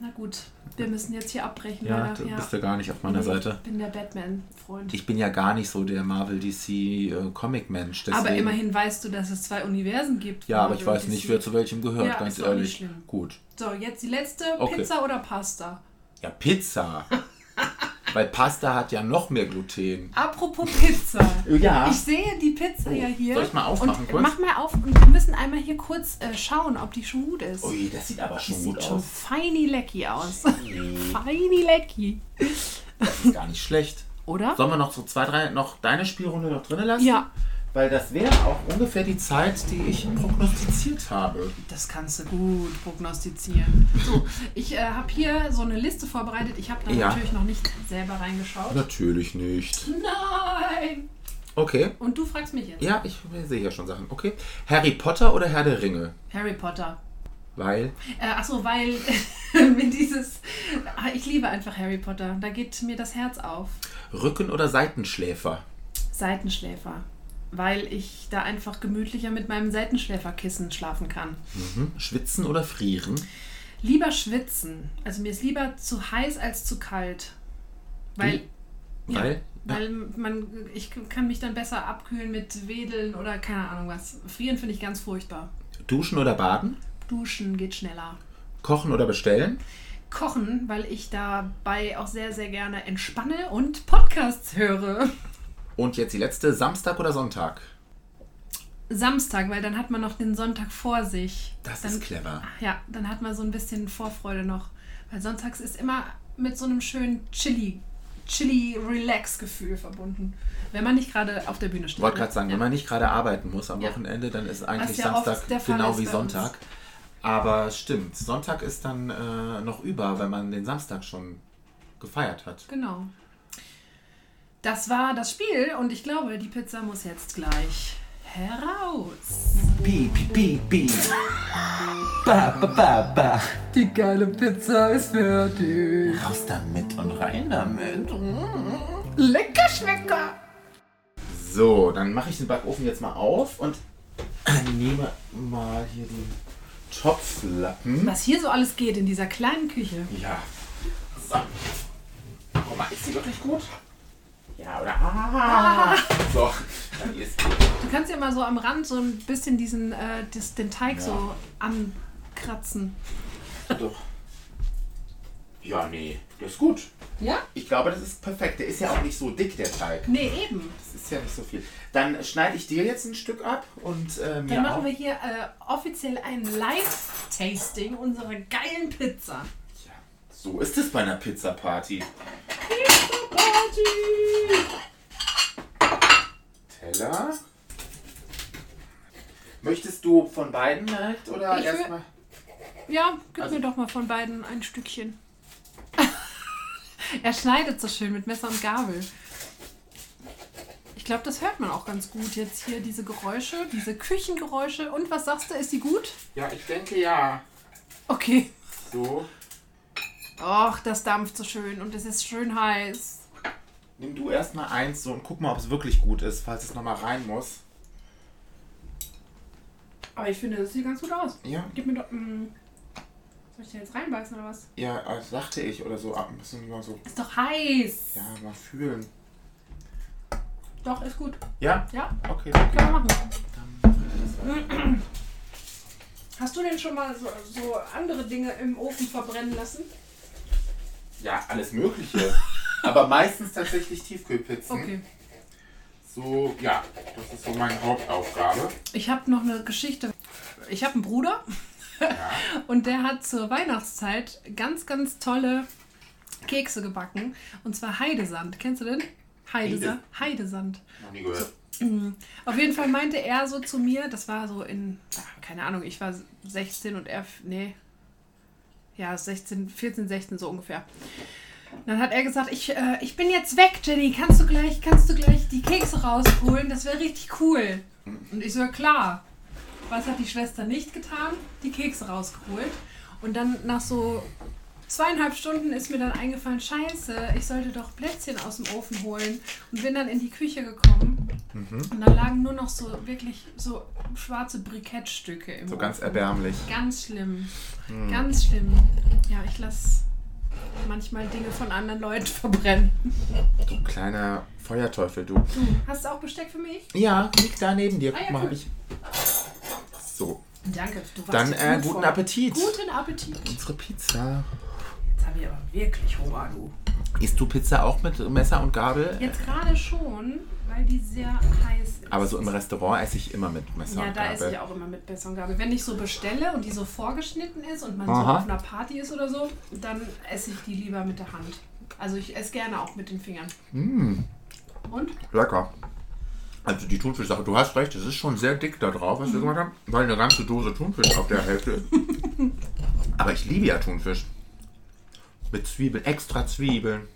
B: Na gut, wir müssen jetzt hier abbrechen.
A: Ja,
B: leider.
A: du bist ja gar nicht auf meiner Seite.
B: Ich bin der Batman-Freund.
A: Ich bin ja gar nicht so der Marvel DC äh, Comic Mensch. Deswegen.
B: Aber immerhin weißt du, dass es zwei Universen gibt.
A: Ja, aber ich
B: Marvel
A: weiß
B: und
A: nicht,
B: DC.
A: wer zu welchem gehört,
B: Ja,
A: ganz
B: ist auch nicht
A: ehrlich.
B: schlimm.
A: Gut.
B: So, jetzt die letzte.
A: Okay.
B: Pizza oder Pasta?
A: Ja, Pizza. Weil Pasta hat ja noch mehr Gluten.
B: Apropos Pizza.
A: Ja. Oh,
B: Ich sehe die Pizza ja hier.
A: Soll ich mal aufmachen
B: und
A: kurz?
B: Mach mal auf und wir müssen einmal hier kurz äh, schauen, ob die schon gut ist.
A: Ui, das sieht aber Oh schon
B: Sieht
A: gut
B: schon
A: aus.
B: feini lecky aus. feini lecky.
A: Das ist gar nicht schlecht.
B: Oder?
A: Sollen wir noch so zwei, drei, noch deine Spielrunde noch drin lassen?
B: Ja.
A: Weil das wäre auch ungefähr die Zeit, die ich prognostiziert habe.
B: Das kannst du gut prognostizieren. So, ich äh, habe hier so eine Liste vorbereitet. Ich habe da
A: Ja.
B: natürlich noch nicht selber reingeschaut.
A: Natürlich nicht.
B: Nein!
A: Okay.
B: Und du fragst mich jetzt.
A: Ja, ich sehe ja schon Sachen. Okay. Harry Potter oder Herr der Ringe?
B: Harry Potter.
A: Weil.
B: Äh, Achso, weil mir dieses. Ah, Ich liebe einfach Harry Potter. Da geht mir das Herz auf.
A: Rücken- oder Seitenschläfer?
B: Seitenschläfer. Weil ich da einfach gemütlicher mit meinem Seitenschläferkissen schlafen kann.
A: Schwitzen oder frieren?
B: Lieber schwitzen. Also mir ist lieber zu heiß als zu kalt. Weil,
A: Weil.
B: weil man, ich kann mich dann besser abkühlen mit Wedeln oder keine Ahnung was. Frieren finde ich ganz furchtbar.
A: Duschen oder baden?
B: Duschen geht schneller.
A: Kochen oder bestellen?
B: Kochen, weil ich dabei auch sehr, sehr gerne entspanne und Podcasts höre.
A: Und jetzt die letzte, Samstag oder Sonntag?
B: Samstag, weil dann hat man noch den Sonntag vor sich.
A: Das
B: dann,
A: ist clever.
B: Ja, dann hat man so ein bisschen Vorfreude noch. Weil sonntags ist immer mit so einem schönen Chili, Chili-Relax-Gefühl verbunden. Wenn man nicht gerade auf der Bühne
A: Ich
B: steht.
A: wollte
B: ne?
A: gerade sagen,
B: ja.
A: wenn man nicht gerade arbeiten muss am
B: Ja.
A: Wochenende, dann ist eigentlich
B: ja oft
A: Samstag
B: der Fall
A: genau
B: ist
A: wie
B: bei uns.
A: Sonntag. Aber stimmt, Sonntag ist dann äh, noch über, weil man den Samstag schon gefeiert hat.
B: Genau. Das war das Spiel und ich glaube, die Pizza muss jetzt gleich heraus.
D: Beep, beep, beep. Ba, ba, ba, ba.
B: Die geile Pizza ist fertig.
D: Raus damit und rein damit.
B: Mm. Lecker Schmecker!
A: So, dann mache ich den Backofen jetzt mal auf und nehme mal hier den Topflappen.
B: Was hier so alles geht in dieser kleinen Küche.
A: Ja. So. Guck mal, ist die wirklich gut? Ja, oder? Ah. So, dann ist die.
B: Du kannst ja mal so am Rand so ein bisschen diesen, äh, das, den Teig so ankratzen.
A: Doch. Ja, nee, das ist gut.
B: Ja?
A: Ich glaube, das ist perfekt. Der ist ja auch nicht so dick, der Teig.
B: Nee, eben.
A: Das ist ja nicht so viel. Dann schneide ich dir jetzt ein Stück ab und äh, mir
B: Dann machen
A: auch.
B: wir hier äh, offiziell ein Live-Tasting unserer geilen Pizza.
A: Ja, so ist es bei einer Pizza-Party. Teller. Möchtest du von beiden direkt oder
B: Ich will-
A: erstmal?
B: Ja, gib
A: Also-
B: mir doch mal von beiden ein Stückchen. er schneidet so schön mit Messer und Gabel. Ich glaube, das hört man auch ganz gut jetzt hier, diese Geräusche, diese Küchengeräusche. Und was sagst du, ist die gut?
A: Ja, ich denke ja.
B: Okay.
A: So,
B: Och, das dampft so schön und es ist schön heiß.
A: nimm du erstmal eins so und guck mal, ob es wirklich gut ist, falls es nochmal rein muss.
B: Aber ich finde, das sieht ganz gut aus.
A: Ja,
B: Gib mir doch. mm, soll ich da jetzt reinbeißen oder was?
A: ja, das dachte ich oder so. Ab, ein bisschen mal so,
B: Ist doch heiß.
A: ja, mal fühlen.
B: Doch, ist gut.
A: Ja?
B: Ja,
A: Okay.
B: können wir machen. Hast du denn schon mal so, so andere Dinge im Ofen verbrennen lassen?
A: Ja, alles Mögliche. Aber meistens tatsächlich Tiefkühlpizzen.
B: Okay.
A: So, ja, das ist so meine Hauptaufgabe.
B: Ich habe noch eine Geschichte. Ich habe einen Bruder und der hat zur Weihnachtszeit ganz, ganz tolle Kekse gebacken. Und zwar Heidesand. Kennst du den? Heidesand. Heidesand.
A: Noch nie gehört.
B: Auf jeden Fall meinte er so zu mir, das war so in, ah, keine Ahnung, ich war 16 und er, f- nee, ja, 16, 14, 16 so ungefähr. Und dann hat er gesagt, ich, äh, ich bin jetzt weg, Jenny, kannst du gleich, kannst du gleich die Kekse rausholen, das wäre richtig cool. Und ich so, ja klar. Was hat die Schwester nicht getan? Die Kekse rausgeholt. Und dann nach so zweieinhalb Stunden ist mir dann eingefallen, scheiße, ich sollte doch Plätzchen aus dem Ofen holen. Und bin dann in die Küche gekommen.
A: Mhm.
B: Und da lagen nur noch so wirklich so schwarze Brikettstücke im
A: So
B: Ofen.
A: ganz erbärmlich.
B: Ganz schlimm.
A: Hm.
B: Ganz schlimm. Ja, ich lasse manchmal Dinge von anderen Leuten verbrennen.
A: Du kleiner Feuerteufel, du.
B: Hast du auch Besteck für mich?
A: Ja, liegt da neben dir.
B: Ah, ja,
A: Guck mal,
B: cool.
A: hab ich. So,
B: Danke. Du warst
A: dann
B: ja
A: äh,
B: unvoll.
A: guten Appetit.
B: Guten Appetit.
A: Unsere Pizza.
B: Jetzt habe ich aber wirklich Hunger, du.
A: Isst du Pizza auch mit Messer und Gabel?
B: Jetzt gerade schon, weil die sehr heiß ist.
A: Aber so im Restaurant esse ich immer mit Messer
B: ja,
A: und
B: da
A: Gabel.
B: esse ich auch immer mit Messer und Gabel. Wenn ich so bestelle und die so vorgeschnitten ist und man so
A: Aha.
B: auf einer Party ist oder so, dann esse ich die lieber mit der Hand. Also ich esse gerne auch mit den Fingern.
A: Hm.
B: Und?
A: Lecker. Also die Thunfischsache, du hast recht, es ist schon sehr dick da drauf,
B: Mhm.
A: was wir gemacht haben, weil eine ganze Dose Thunfisch auf der Hälfte ist. Aber ich liebe ja Thunfisch. Mit Zwiebeln, extra Zwiebeln.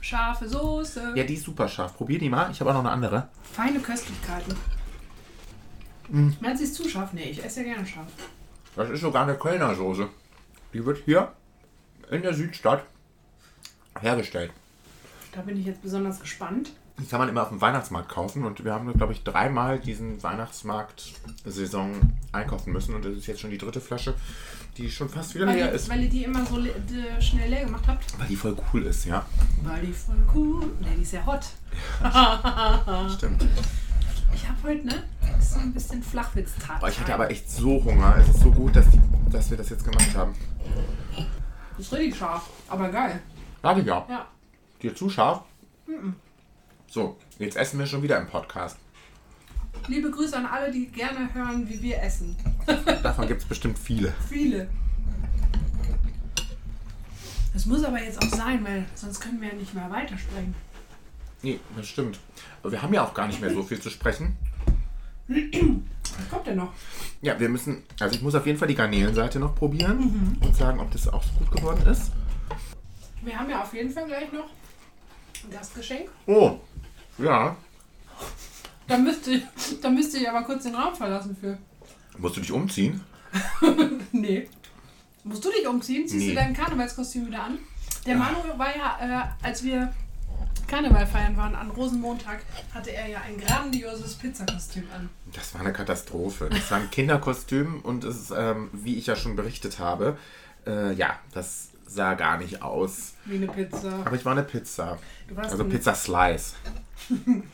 B: Scharfe Soße.
A: Ja, die ist super scharf. Probier die mal. Ich habe auch noch eine andere.
B: Feine Köstlichkeiten.
A: Hm.
B: Meinst du, ist zu scharf? Nee, ich esse ja gerne scharf.
A: Das ist sogar eine Kölner Soße. Die wird hier in der Südstadt hergestellt.
B: Da bin ich jetzt besonders gespannt.
A: Die kann man immer auf dem Weihnachtsmarkt kaufen und wir haben, glaube ich, dreimal diesen Weihnachtsmarkt-Saison einkaufen müssen und das ist jetzt schon die dritte Flasche, die schon fast wieder
B: Weil,
A: leer
B: ihr,
A: ist.
B: weil ihr die immer so le de- schnell leer gemacht habt.
A: Weil die voll cool ist, ja.
B: Weil die voll cool. Nee, die ist ja hot.
A: Stimmt.
B: Ich hab heute, ne? Ist so ein bisschen Flachwitz-Tat.
A: Boah, ich hatte aber echt so Hunger. Es ist so gut, dass, die, dass wir das jetzt gemacht haben.
B: Ist richtig scharf. Aber geil.
A: Warte ja.
B: Ja. Mhm.
A: Dir zu scharf? So, jetzt essen wir schon wieder im Podcast.
B: Liebe Grüße an alle, die gerne hören, wie wir essen.
A: Davon gibt es bestimmt viele.
B: Viele. Das muss aber jetzt auch sein, weil sonst können wir ja nicht mehr weitersprechen.
A: Nee, das stimmt. Aber wir haben ja auch gar nicht mehr so viel zu sprechen.
B: Was kommt denn noch?
A: Ja, wir müssen, also ich muss auf jeden Fall die Garnelenseite noch probieren
B: Mhm.
A: und sagen, ob das auch so gut geworden ist.
B: Wir haben ja auf jeden Fall gleich noch das Geschenk.
A: Oh, ja.
B: Da müsste, ich- da müsste ich aber kurz den Raum verlassen für.
A: Musst du dich umziehen?
B: Nee. Musst du dich umziehen? Ziehst
A: Nee.
B: du dein Karnevalskostüm wieder an? Der Manu war ja, äh, als wir Karneval feiern waren, an Rosenmontag, hatte er ja ein grandioses Pizzakostüm an.
A: Das war eine Katastrophe. Das war ein Kinderkostüm und es ist, ähm, wie ich ja schon berichtet habe, äh, ja, das sah gar nicht aus.
B: Wie eine Pizza.
A: Aber ich war eine Pizza.
B: Du warst
A: Also
B: ein-
A: Pizza Slice.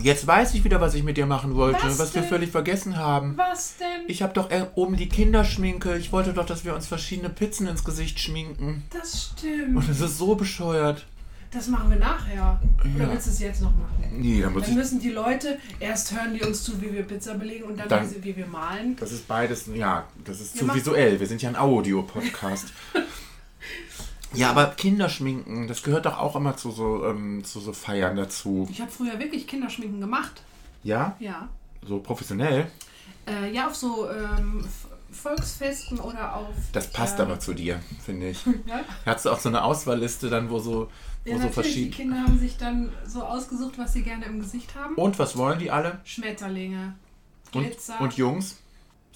A: Jetzt weiß ich wieder, was ich mit dir machen wollte,
B: Was
A: was, wir
B: denn?
A: völlig vergessen haben.
B: Was denn?
A: Ich habe doch äh, oben die Kinderschminke. Ich wollte doch, dass wir uns verschiedene Pizzen ins Gesicht schminken.
B: Das
A: Und
B: stimmt.
A: es ist so bescheuert.
B: Das machen wir nachher. Oder willst du es jetzt noch machen?
A: Nee, da muss
B: Dann
A: ich.
B: müssen die Leute, erst hören die uns zu, wie wir Pizza belegen und dann,
A: Dann-
B: wie, sie, wie wir malen.
A: Das ist beides, ja, das ist zu
B: machen-
A: visuell. Wir sind ja ein Audio-Podcast. ja, aber Kinderschminken, das gehört doch auch immer zu so, ähm, zu so Feiern dazu.
B: Ich habe früher wirklich Kinderschminken gemacht.
A: Ja?
B: Ja.
A: So professionell.
B: Äh, ja, auf so ähm, F- Volksfesten oder auf.
A: Das passt
B: ähm,
A: aber zu dir, finde ich.
B: Ja?
A: Hast du auch so eine Auswahlliste dann, wo so, wo
B: Ja,
A: so
B: natürlich. Die
A: verschiedene.
B: Kinder haben sich dann so ausgesucht, was sie gerne im Gesicht haben.
A: Und was wollen die alle?
B: Schmetterlinge.
A: Oh. Und,
B: Glitzer.
A: und Jungs?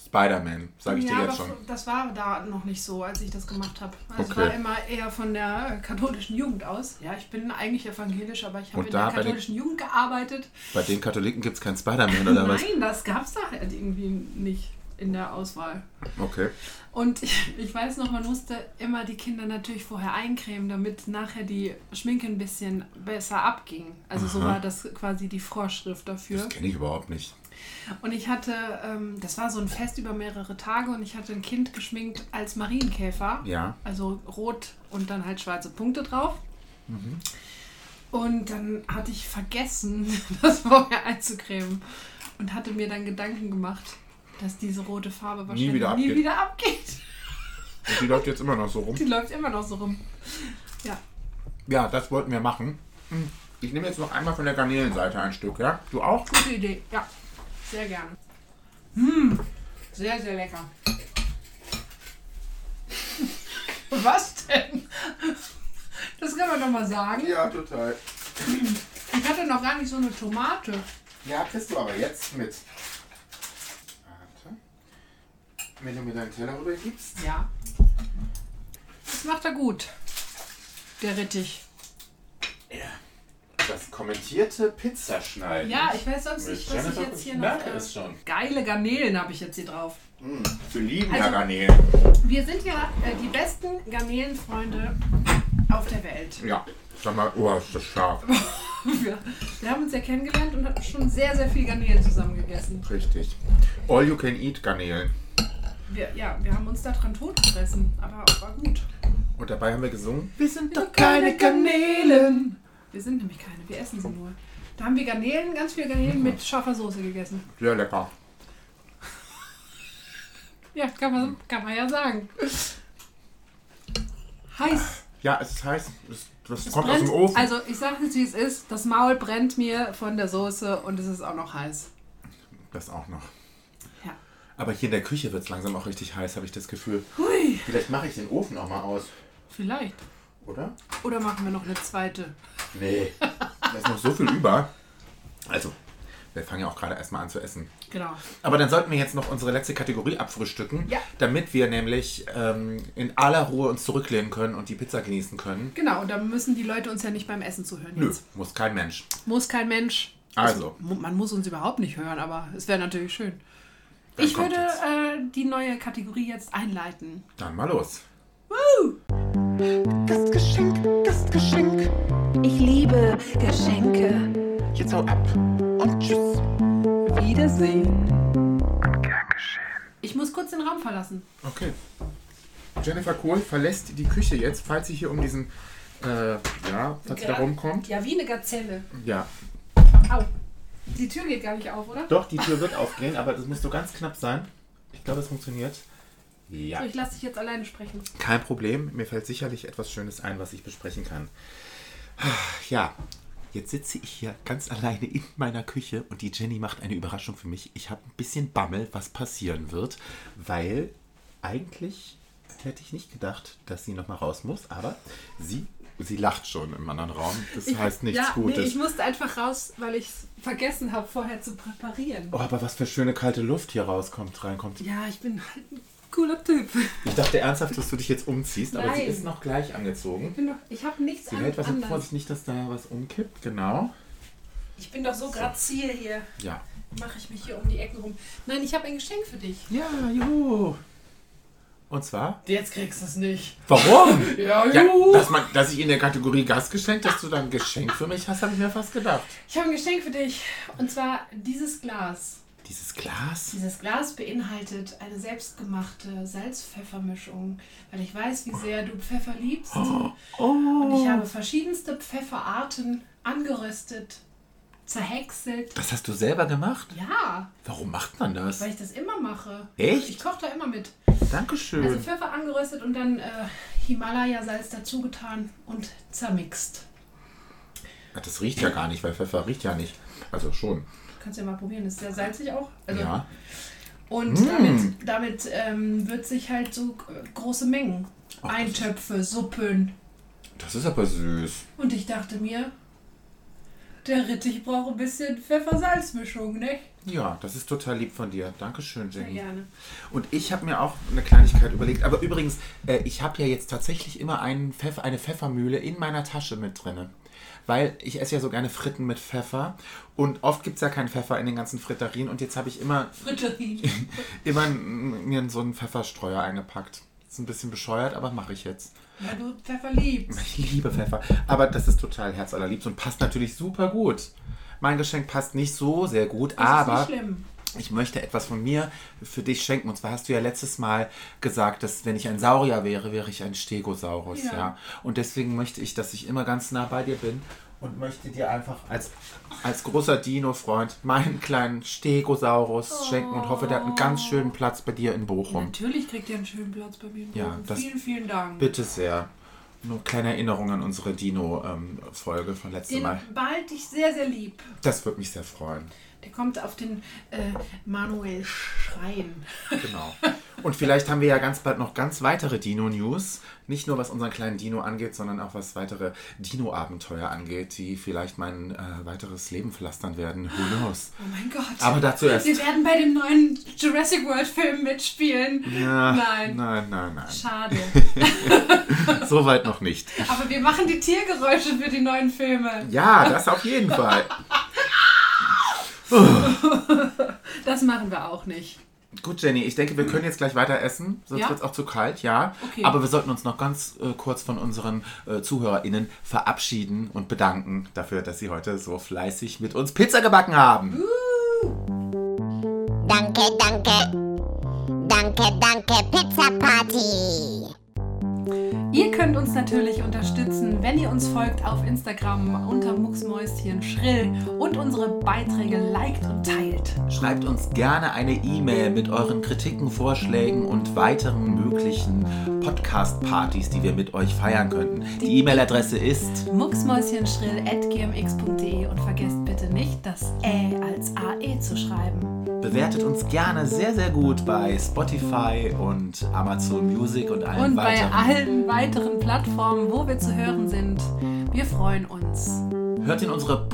A: Spider-Man, sage ich
B: ja,
A: dir
B: aber
A: jetzt schon.
B: das war da noch nicht so, als ich das gemacht habe. Also Es
A: Okay.
B: war immer eher von der katholischen Jugend aus. Ja, ich bin eigentlich evangelisch, aber ich habe
A: Und
B: in
A: da
B: der
A: bei den-
B: katholischen Jugend gearbeitet.
A: Bei den Katholiken gibt es keinen Spider-Man oder was?
B: Nein, das gab es da halt irgendwie nicht in der Auswahl.
A: Okay.
B: Und ich, ich weiß noch, man musste immer die Kinder natürlich vorher eincremen, damit nachher die Schminke ein bisschen besser abging. Also so
A: Aha.
B: war das quasi die Vorschrift dafür.
A: Das kenne ich überhaupt nicht.
B: Und ich hatte, ähm, das war so ein Fest über mehrere Tage und ich hatte ein Kind geschminkt als Marienkäfer.
A: Ja.
B: Also rot und dann halt schwarze Punkte drauf.
A: Mhm.
B: Und dann hatte ich vergessen, das vorher einzucremen. Und hatte mir dann Gedanken gemacht, dass diese rote Farbe wahrscheinlich nie
A: wieder
B: wieder,
A: abgeht.
B: abgeht.
A: Und die läuft jetzt immer noch so rum.
B: Die läuft immer noch so rum.
A: Ja, das wollten wir machen. Ich nehme jetzt noch einmal von der Garnelenseite ein Stück, ja? Du auch?
B: Gute Idee. Ja, sehr gerne. Hm, sehr, sehr lecker. Was denn? Das kann man doch mal sagen.
A: Ja, total.
B: Ich hatte noch gar nicht so eine Tomate.
A: Ja, kriegst du aber jetzt mit. Warte. Wenn du mir deinen Teller rübergibst.
B: Ja. Das macht er gut. Der Rettich.
A: Das kommentierte Pizzaschneiden.
B: Ja, ich weiß sonst nicht, was ich
A: Jennifer,
B: jetzt hier
A: ich
B: noch. äh,
A: merke es schon.
B: Geile Garnelen habe ich jetzt hier drauf.
A: Wir lieben ja
B: Also-
A: Garnelen.
B: Wir sind ja äh, die besten Garnelenfreunde auf der Welt.
A: Ja. Sag mal, oh, ist das scharf.
B: Wir, wir haben uns ja kennengelernt und hatten schon sehr, sehr viel Garnelen zusammen gegessen.
A: Richtig. All you can eat Garnelen.
B: Wir, ja, wir haben uns da dran totgefressen, aber war gut.
A: Und dabei haben wir gesungen.
B: Wir sind doch keine Garnelen. Wir sind nämlich keine, wir essen sie nur. Da haben wir Garnelen, ganz viel Garnelen mit scharfer Soße gegessen.
A: Sehr lecker.
B: Ja, kann man, kann man ja sagen. Heiß.
A: Ja, es ist heiß. Es, das
B: Es
A: kommt aus
B: brennt.
A: dem Ofen.
B: Also ich sage jetzt, wie es ist. Das Maul brennt mir von der Soße und es ist auch noch heiß.
A: das auch noch.
B: Ja.
A: Aber hier in der Küche wird es langsam auch richtig heiß, habe ich das Gefühl.
B: Hui,
A: Vielleicht mache ich den Ofen auch mal aus,
B: vielleicht.
A: oder?
B: Oder machen wir noch eine zweite?
A: Nee. da ist noch so viel über. Also, wir fangen ja auch gerade erstmal an zu essen.
B: Genau.
A: Aber dann sollten wir jetzt noch unsere letzte Kategorie abfrühstücken,
B: Ja.
A: damit wir nämlich ähm, in aller Ruhe uns zurücklehnen können und die Pizza genießen können.
B: Genau, und dann müssen die Leute uns ja nicht beim Essen zuhören.
A: Nö,
B: Jetzt.
A: muss kein Mensch.
B: Muss kein Mensch.
A: Also,
B: Mu- Man muss uns überhaupt nicht hören, aber es wäre natürlich schön.
A: Dann
B: ich
A: kommt
B: würde
A: jetzt.
B: äh, die neue Kategorie jetzt einleiten.
A: dann mal los.
E: Gastgeschenk, Gastgeschenk. Ich liebe Geschenke.
A: Jetzt hau ab und tschüss.
B: Ich muss kurz den Raum verlassen.
A: Okay. Jennifer Kohl verlässt die Küche jetzt, falls sie hier um diesen, äh, ja, falls sie da rumkommt.
B: Ja, wie eine Gazelle.
A: Ja.
B: Au. Die Tür geht gar nicht auf, oder?
A: Doch, die Tür wird aufgehen, aber das muss so ganz knapp sein. Ich glaube, es funktioniert. Ja.
B: So, ich lasse dich jetzt alleine sprechen.
A: Kein Problem, mir fällt sicherlich etwas Schönes ein, was ich besprechen kann. Ja, jetzt sitze ich hier ganz alleine in meiner Küche und die Jenny macht eine Überraschung für mich. Ich habe ein bisschen Bammel, was passieren wird, weil eigentlich hätte ich nicht gedacht, dass sie nochmal raus muss, aber sie, sie lacht schon im anderen Raum. Das heißt nichts
B: ja,
A: Gutes.
B: Nee, ich musste einfach raus, weil ich es vergessen habe, vorher zu präparieren.
A: oh, aber was für schöne kalte Luft hier rauskommt, reinkommt.
B: Ja, ich bin halt ein cooler Typ.
A: Ich dachte ernsthaft, dass du dich jetzt umziehst, aber sie
B: Nein.
A: ist noch gleich angezogen.
B: Ich bin doch, ich habe nichts
A: Sie
B: an-
A: hält was in
B: anderes.
A: Vorsicht, nicht, dass da was umkippt, genau.
B: Ich bin doch so grazil hier.
A: Ja.
B: Mache ich mich hier um die Ecken rum. Nein, ich habe ein Geschenk für dich.
A: Ja, juhu. Und zwar?
B: Jetzt kriegst du es nicht.
A: Warum?
B: Ja,
A: ja,
B: juhu.
A: dass, man, dass ich in der Kategorie Gastgeschenk, dass du dann ein Geschenk für mich hast, habe ich mir fast gedacht.
B: Ich habe ein Geschenk für dich. Und zwar dieses Glas.
A: Dieses Glas?
B: Dieses Glas beinhaltet eine selbstgemachte Salz-Pfeffer-Mischung, weil ich weiß, wie sehr du Pfeffer liebst. Und ich habe verschiedenste Pfefferarten angeröstet, zerhäckselt.
A: Das hast du selber gemacht?
B: Ja,
A: Warum macht man das?
B: weil ich das immer mache.
A: Echt?
B: Ich koche da immer mit.
A: Dankeschön.
B: Also Pfeffer angeröstet und dann äh, Himalaya-Salz dazugetan und zermixt.
A: Ah, das riecht ja gar nicht, weil Pfeffer riecht ja nicht. Also schon.
B: Kannst du ja mal probieren, ist sehr salzig auch. Also
A: Ja. Mm.
B: Und damit, damit ähm, wird sich halt so äh, große Mengen. Eintöpfe, Suppen.
A: Das ist aber süß.
B: Und ich dachte mir, der Rittich braucht ein bisschen Pfeffer-Salz-Mischung, ne?
A: Ja, das ist total lieb von dir. Dankeschön, Jenny.
B: gerne.
A: Und ich habe mir auch eine Kleinigkeit überlegt. Aber übrigens, äh, ich habe ja jetzt tatsächlich immer einen Pfeff, eine Pfeffermühle in meiner Tasche mit drin. Weil ich esse ja so gerne Fritten mit Pfeffer. Und oft gibt es ja keinen Pfeffer in den ganzen Fritterien. Und jetzt habe ich immer,
B: Fritterin.
A: immer n- mir so einen Pfefferstreuer eingepackt. Ist ein bisschen bescheuert, aber mache ich jetzt.
B: Weil du Pfeffer liebst.
A: Ich liebe Pfeffer. Aber das ist total herzallerliebst und passt natürlich super gut. Mein Geschenk passt nicht so sehr gut,
B: Das
A: aber
B: ist nicht schlimm.
A: ich möchte etwas von mir für dich schenken. Und zwar hast du ja letztes Mal gesagt, dass wenn ich ein Saurier wäre, wäre ich ein Stegosaurus. Ja.
B: Ja.
A: Und deswegen möchte ich, dass ich immer ganz nah bei dir bin und möchte dir einfach als, als großer Dino-Freund meinen kleinen Stegosaurus schenken und hoffe, der hat einen ganz
B: Oh.
A: schönen Platz bei dir in Bochum.
B: Natürlich kriegt ihr einen schönen Platz bei mir. im
A: Ja,
B: Ofen.
A: das-
B: vielen, vielen Dank.
A: Bitte sehr. Nur eine kleine Erinnerung an unsere Dino-Folge von letztem
B: Den
A: Mal.
B: bald ich sehr, sehr lieb.
A: Das würde mich sehr freuen.
B: Der kommt auf den äh, Manuel Schrein.
A: Genau. Und vielleicht haben wir ja ganz bald noch ganz weitere Dino-News. Nicht nur was unseren kleinen Dino angeht, sondern auch was weitere Dino-Abenteuer angeht, die vielleicht mein äh, weiteres Leben pflastern werden. Who knows?
B: Oh mein Gott.
A: Aber dazu erst.
B: Wir werden bei dem neuen Jurassic World-Film mitspielen.
A: Ah,
B: Nein.
A: Nein, nein, nein.
B: Schade.
A: Soweit noch nicht.
B: Aber wir machen die Tiergeräusche für die neuen Filme.
A: Ja, das auf jeden Fall.
B: Das machen wir auch nicht.
A: Gut, Jenny, ich denke, wir können jetzt gleich weiter essen, sonst
B: Ja?
A: wird es auch zu kalt, ja.
B: Okay.
A: Aber wir sollten uns noch ganz äh, kurz von unseren äh, ZuhörerInnen verabschieden und bedanken dafür, dass sie heute so fleißig mit uns Pizza gebacken haben.
B: Uh.
H: Danke, danke. Danke, danke, Pizza Party.
B: Ihr könnt uns natürlich unterstützen, wenn ihr uns folgt auf Instagram unter Mucksmäuschen schrill und unsere Beiträge liked und teilt.
A: Schreibt uns gerne eine E-Mail mit euren Kritiken, Vorschlägen und weiteren möglichen Podcast-Partys, die wir mit euch feiern könnten. Die E-Mail-Adresse ist
B: mucksmäuschenschrill.gmx.de und vergesst bitte nicht, das Ä als AE zu schreiben.
A: bewertet uns gerne sehr, sehr gut bei Spotify und Amazon Music und allen
B: Und bei
A: weiteren.
B: allen weiteren Plattformen, wo wir zu hören sind. Wir freuen uns.
A: Hört in unsere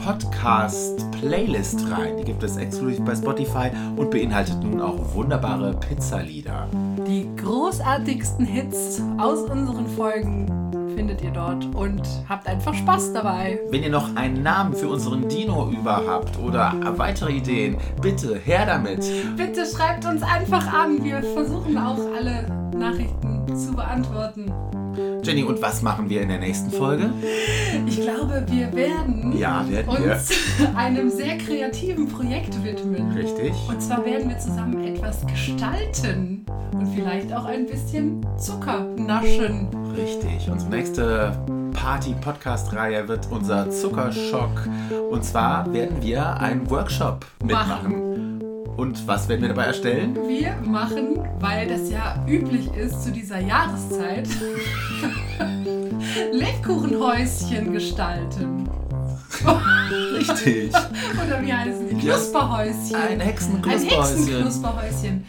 A: Podcast-Playlist rein. Die gibt es exklusiv bei Spotify und beinhaltet nun auch wunderbare Pizzalieder.
B: Die großartigsten Hits aus unseren Folgen findet ihr dort und habt einfach Spaß dabei.
A: Wenn ihr noch einen Namen für unseren Dino über habt oder weitere Ideen, bitte her damit.
B: Bitte schreibt uns einfach an. Wir versuchen auch alle Nachrichten zu beantworten.
A: Jenny, und was machen wir in der nächsten Folge?
B: Ich glaube, wir werden
A: Ja, werden wir.
B: uns einem sehr kreativen Projekt widmen.
A: Richtig.
B: Und zwar werden wir zusammen etwas gestalten und vielleicht auch ein bisschen Zucker naschen.
A: Richtig. Unsere nächste Party-Podcast-Reihe wird unser Zuckerschock. Und zwar werden wir einen Workshop mitmachen. Und was werden wir dabei erstellen?
B: Wir machen, weil das ja üblich ist zu dieser Jahreszeit, Lebkuchenhäuschen gestalten.
A: Richtig.
B: Oder wie heißen die?
A: Ja.
B: Knusperhäuschen.
A: Ein
B: Ein
A: Hexenknusperhäuschen.
B: Hexenknusperhäuschen.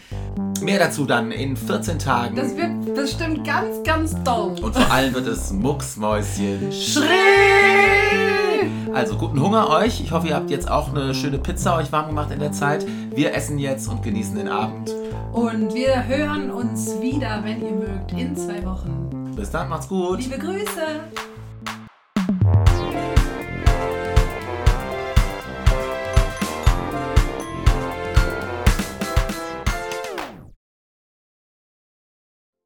A: Mehr dazu dann in 14 Tagen.
B: Das wird bestimmt ganz, ganz doll.
A: und vor allem wird es Mucksmäuschen schrill. Also guten Hunger euch. Ich hoffe, ihr habt jetzt auch eine schöne Pizza euch warm gemacht in der Zeit. Wir essen jetzt und genießen den Abend.
B: Und wir hören uns wieder, wenn ihr mögt, in zwei Wochen.
A: Bis dann, macht's gut.
B: Liebe Grüße!